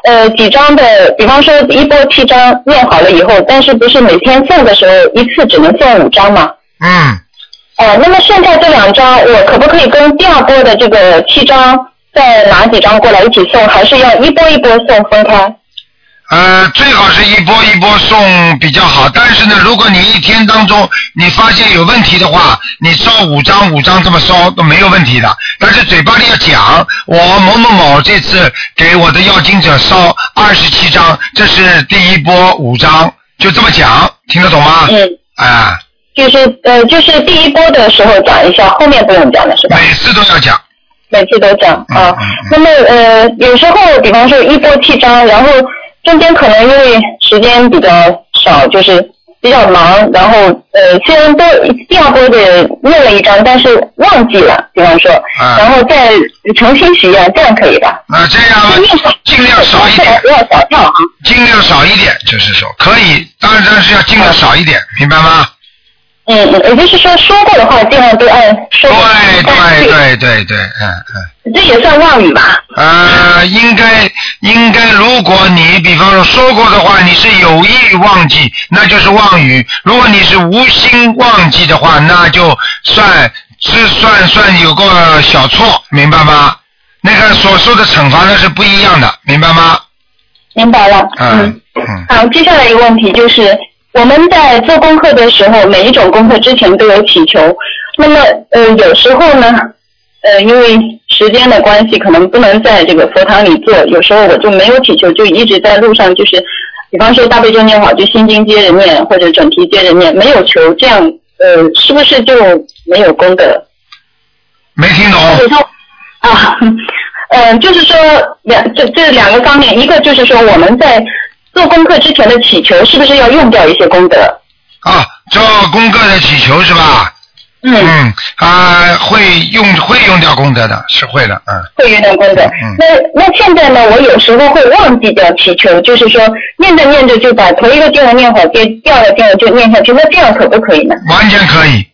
L: 呃几张的，比方说一波七张念好了以后，但是不是每天送的时候一次只能送五张吗？
B: 嗯，
L: 哦，那么剩下这两张，我可不可以跟第二波的这个七张再拿几张过来一起送，还是要一波一波送分开？
B: 呃，最好是一波一波送比较好。但是呢，如果你一天当中你发现有问题的话，你烧五张五张这么烧都没有问题的。但是嘴巴里要讲，我某某某这次给我的要经者烧二十七张，这是第一波五张，就这么讲，听得懂吗？
L: 嗯。
B: 啊，
L: 就是呃，就是第一波的时候讲一下，后面不用讲了是吧？
B: 每次都要讲。嗯
L: 每次都讲啊。那么呃，有时候比方说一波七张，然后中间可能因为时间比较少，就是比较忙，然后呃，虽然都第二波的念了一张，但是忘记了，比方说，
B: 啊
L: 然后再重新许愿，这样可以吧？
B: 那这样吧，尽量少一啊点，尽量少一点，就是说可以，当然但是要尽量少一点，明白吗？
L: 嗯，嗯也就是说说过的话，尽量都按说过。
B: 对对对对对，嗯嗯。
L: 这也算妄语吧？
B: 呃，应该应该，如果你比方说说过的话，你是有意忘记，那就是妄语；如果你是无心忘记的话，那就算是算算有个小错，明白吗？那个所受的惩罚那是不一样的，明白吗？
L: 明白了。
B: 嗯
L: 好，接下来一个问题就是，我们在做功课的时候，每一种功课之前都有祈求。那么，呃，有时候呢，呃，因为时间的关系，可能不能在这个佛堂里做。有时候我就没有祈求，就一直在路上，就是，比方说大悲咒念好，就心经接着念，或者准提接着念，没有求，这样，呃，是不是就没有功德？
B: 没听懂。
L: 或者说啊，嗯，就是说两这这两个方面，一个就是说我们在做功课之前的祈求，是不是要用掉一些功德？
B: 啊，做功课的祈求是吧？
L: 嗯
B: 嗯啊，会用会用掉功德的，是会的，嗯。
L: 会有点功德。那那现在呢，我有时候会忘记掉祈求，就是说念着念着就把头一个经文念好，第第二个经文就念下去，那这样可不可以呢？
B: 完全可以。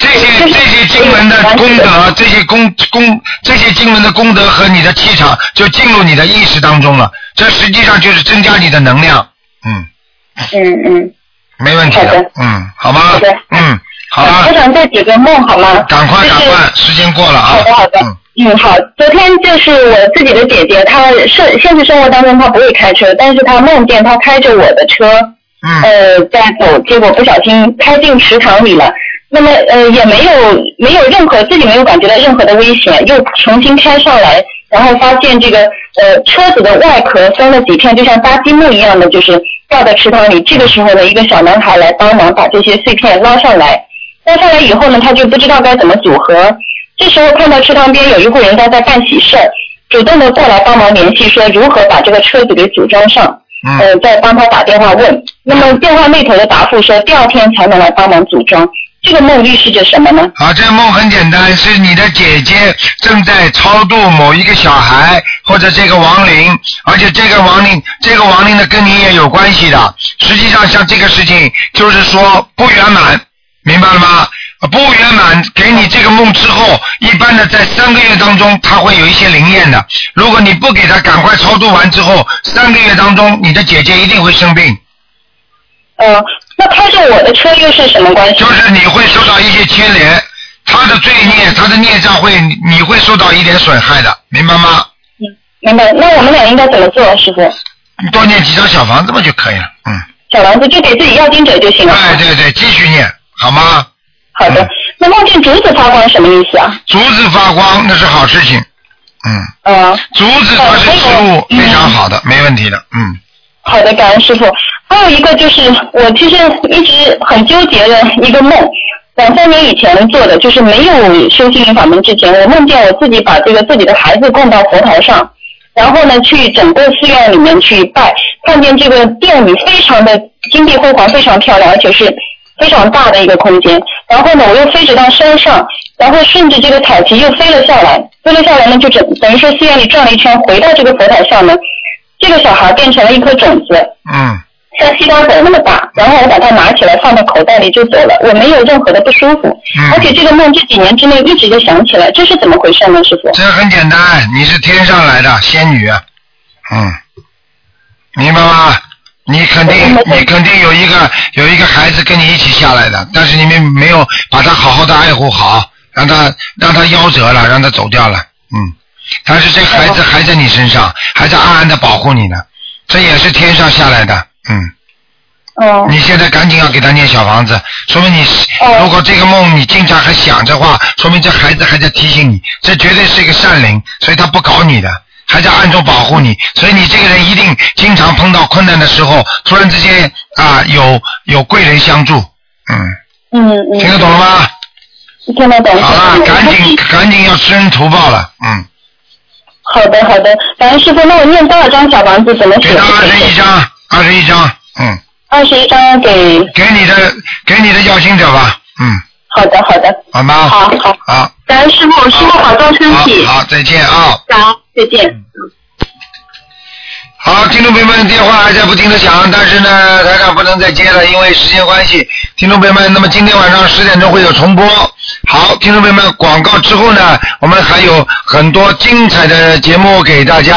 B: 这些这些经文的功德，这些功功这些经文的功德和你的气场就进入你的意识当中了，这实际上就是增加你的能量，嗯，
L: 嗯嗯，
B: 没问题
L: 好
B: 的
L: 的，
B: 嗯，好吗？嗯，好
L: 呃我
B: 了，
L: 想再解个梦好吗？
B: 赶快赶快，时间过了啊
L: 好，的，好的。嗯，好。昨天就是我自己的姐姐，她现现实生活当中她不会开车，但是她梦见她开着我的车，
B: 嗯，
L: 呃，在走，结果不小心开进池塘里了。那么呃也没有没有任何自己没有感觉到任何的危险，又重新开上来，然后发现这个呃车子的外壳分了几片，就像搭积木一样的，就是掉到池塘里。这个时候呢，一个小男孩来帮忙把这些碎片捞上来。拉上来以后呢，他就不知道该怎么组合。这时候看到池塘边有一户人家在办喜事儿，主动的过来帮忙联系，说如何把这个车子给组装上。
B: 嗯
L: 呃，再帮他打电话问。那么电话那头的答复说第二天才能来帮忙组装。这个梦预示着什么呢？
B: 啊，这个梦很简单，是你的姐姐正在超度某一个小孩或者这个亡灵，而且这个亡灵，这个亡灵呢跟你也有关系的。实际上，像这个事情就是说不圆满，明白了吗？啊不圆满，给你这个梦之后，一般的在三个月当中，它会有一些灵验的。如果你不给他赶快超度完之后，三个月当中，你的姐姐一定会生病。
L: 呃，那开着我的车又是什么关系？
B: 就是你会受到一些牵连，他的罪孽，他的孽障会，你你会受到一点损害的，明白吗？
L: 明白？那我们俩应该怎么做，师傅？
B: 你多念几张小房子嘛就可以了，嗯。
L: 小王子就给自己要经者就行了。
B: 哎，对对，继续念，好吗？
L: 好的。那梦见竹子发光什么意思啊？
B: 竹子发光那是好事情，嗯，
L: 呃，嗯
B: 竹子它是植物，非常好的，没问题的，嗯。
L: 好的，感恩师傅。还有一个就是，我其实一直很纠结的一个梦，两三年以前做的，就是没有修心灵法门之前，我梦见我自己把这个自己的孩子供到佛台上，然后呢去整个寺院里面去拜，看见这个殿宇非常的金碧辉煌，非常漂亮，而且是。非常大的一个空间。然后呢，我又飞直到山上，然后顺着这个草皮又飞了下来，飞了下来呢，就整等于说寺院里转了一圈，回到这个佛台上呢，这个小孩变成了一颗种子，
B: 嗯
L: 像西瓜籽那么大，然后我把它拿起来放到口袋里就走了，我没有任何的不舒服，
B: 嗯
L: 而且这个梦这几年之内一直就想起来，这是怎么回事呢，师傅？
B: 这很简单，你是天上来的仙女，嗯，明白吗？你肯定，你肯定有一个有一个孩子跟你一起下来的，但是你们没有把他好好的爱护好，让他让他夭折了，让他走掉了，嗯，但是这孩子还在你身上，还在暗暗的保护你呢，这也是天上下来的，嗯。
L: 哦。
B: 你现在赶紧要给他念小房子，说明你如果这个梦你经常还想着话，说明这孩子还在提醒你，这绝对是一个善灵，所以他不搞你的，还在暗中保护你，所以你这个人一定经常碰到困难的时候，突然之间啊、有有贵人相助，嗯，
L: 嗯嗯。
B: 听得懂了吗？
L: 听得懂。
B: 好了，赶紧赶紧要知恩图报了，嗯，
L: 好的好的，感恩师傅，那我念多少张小房子怎么写？
B: 二十一张，二十一张，嗯，
L: 二十一张给
B: 给你的给你的要心者吧，嗯，
L: 好的好的，
B: 好吗？
L: 好好，
B: 好。
L: 感恩师傅，师傅保重身体。
B: 好，再见啊！嗯
L: 好，再见。
B: 好，听众朋友们，电话还在不停的响，但是呢，台长不能再接了，因为时间关系。听众朋友们，那么今天晚上十点钟会有重播。好，听众朋友们，广告之后呢，我们还有很多精彩的节目给大家。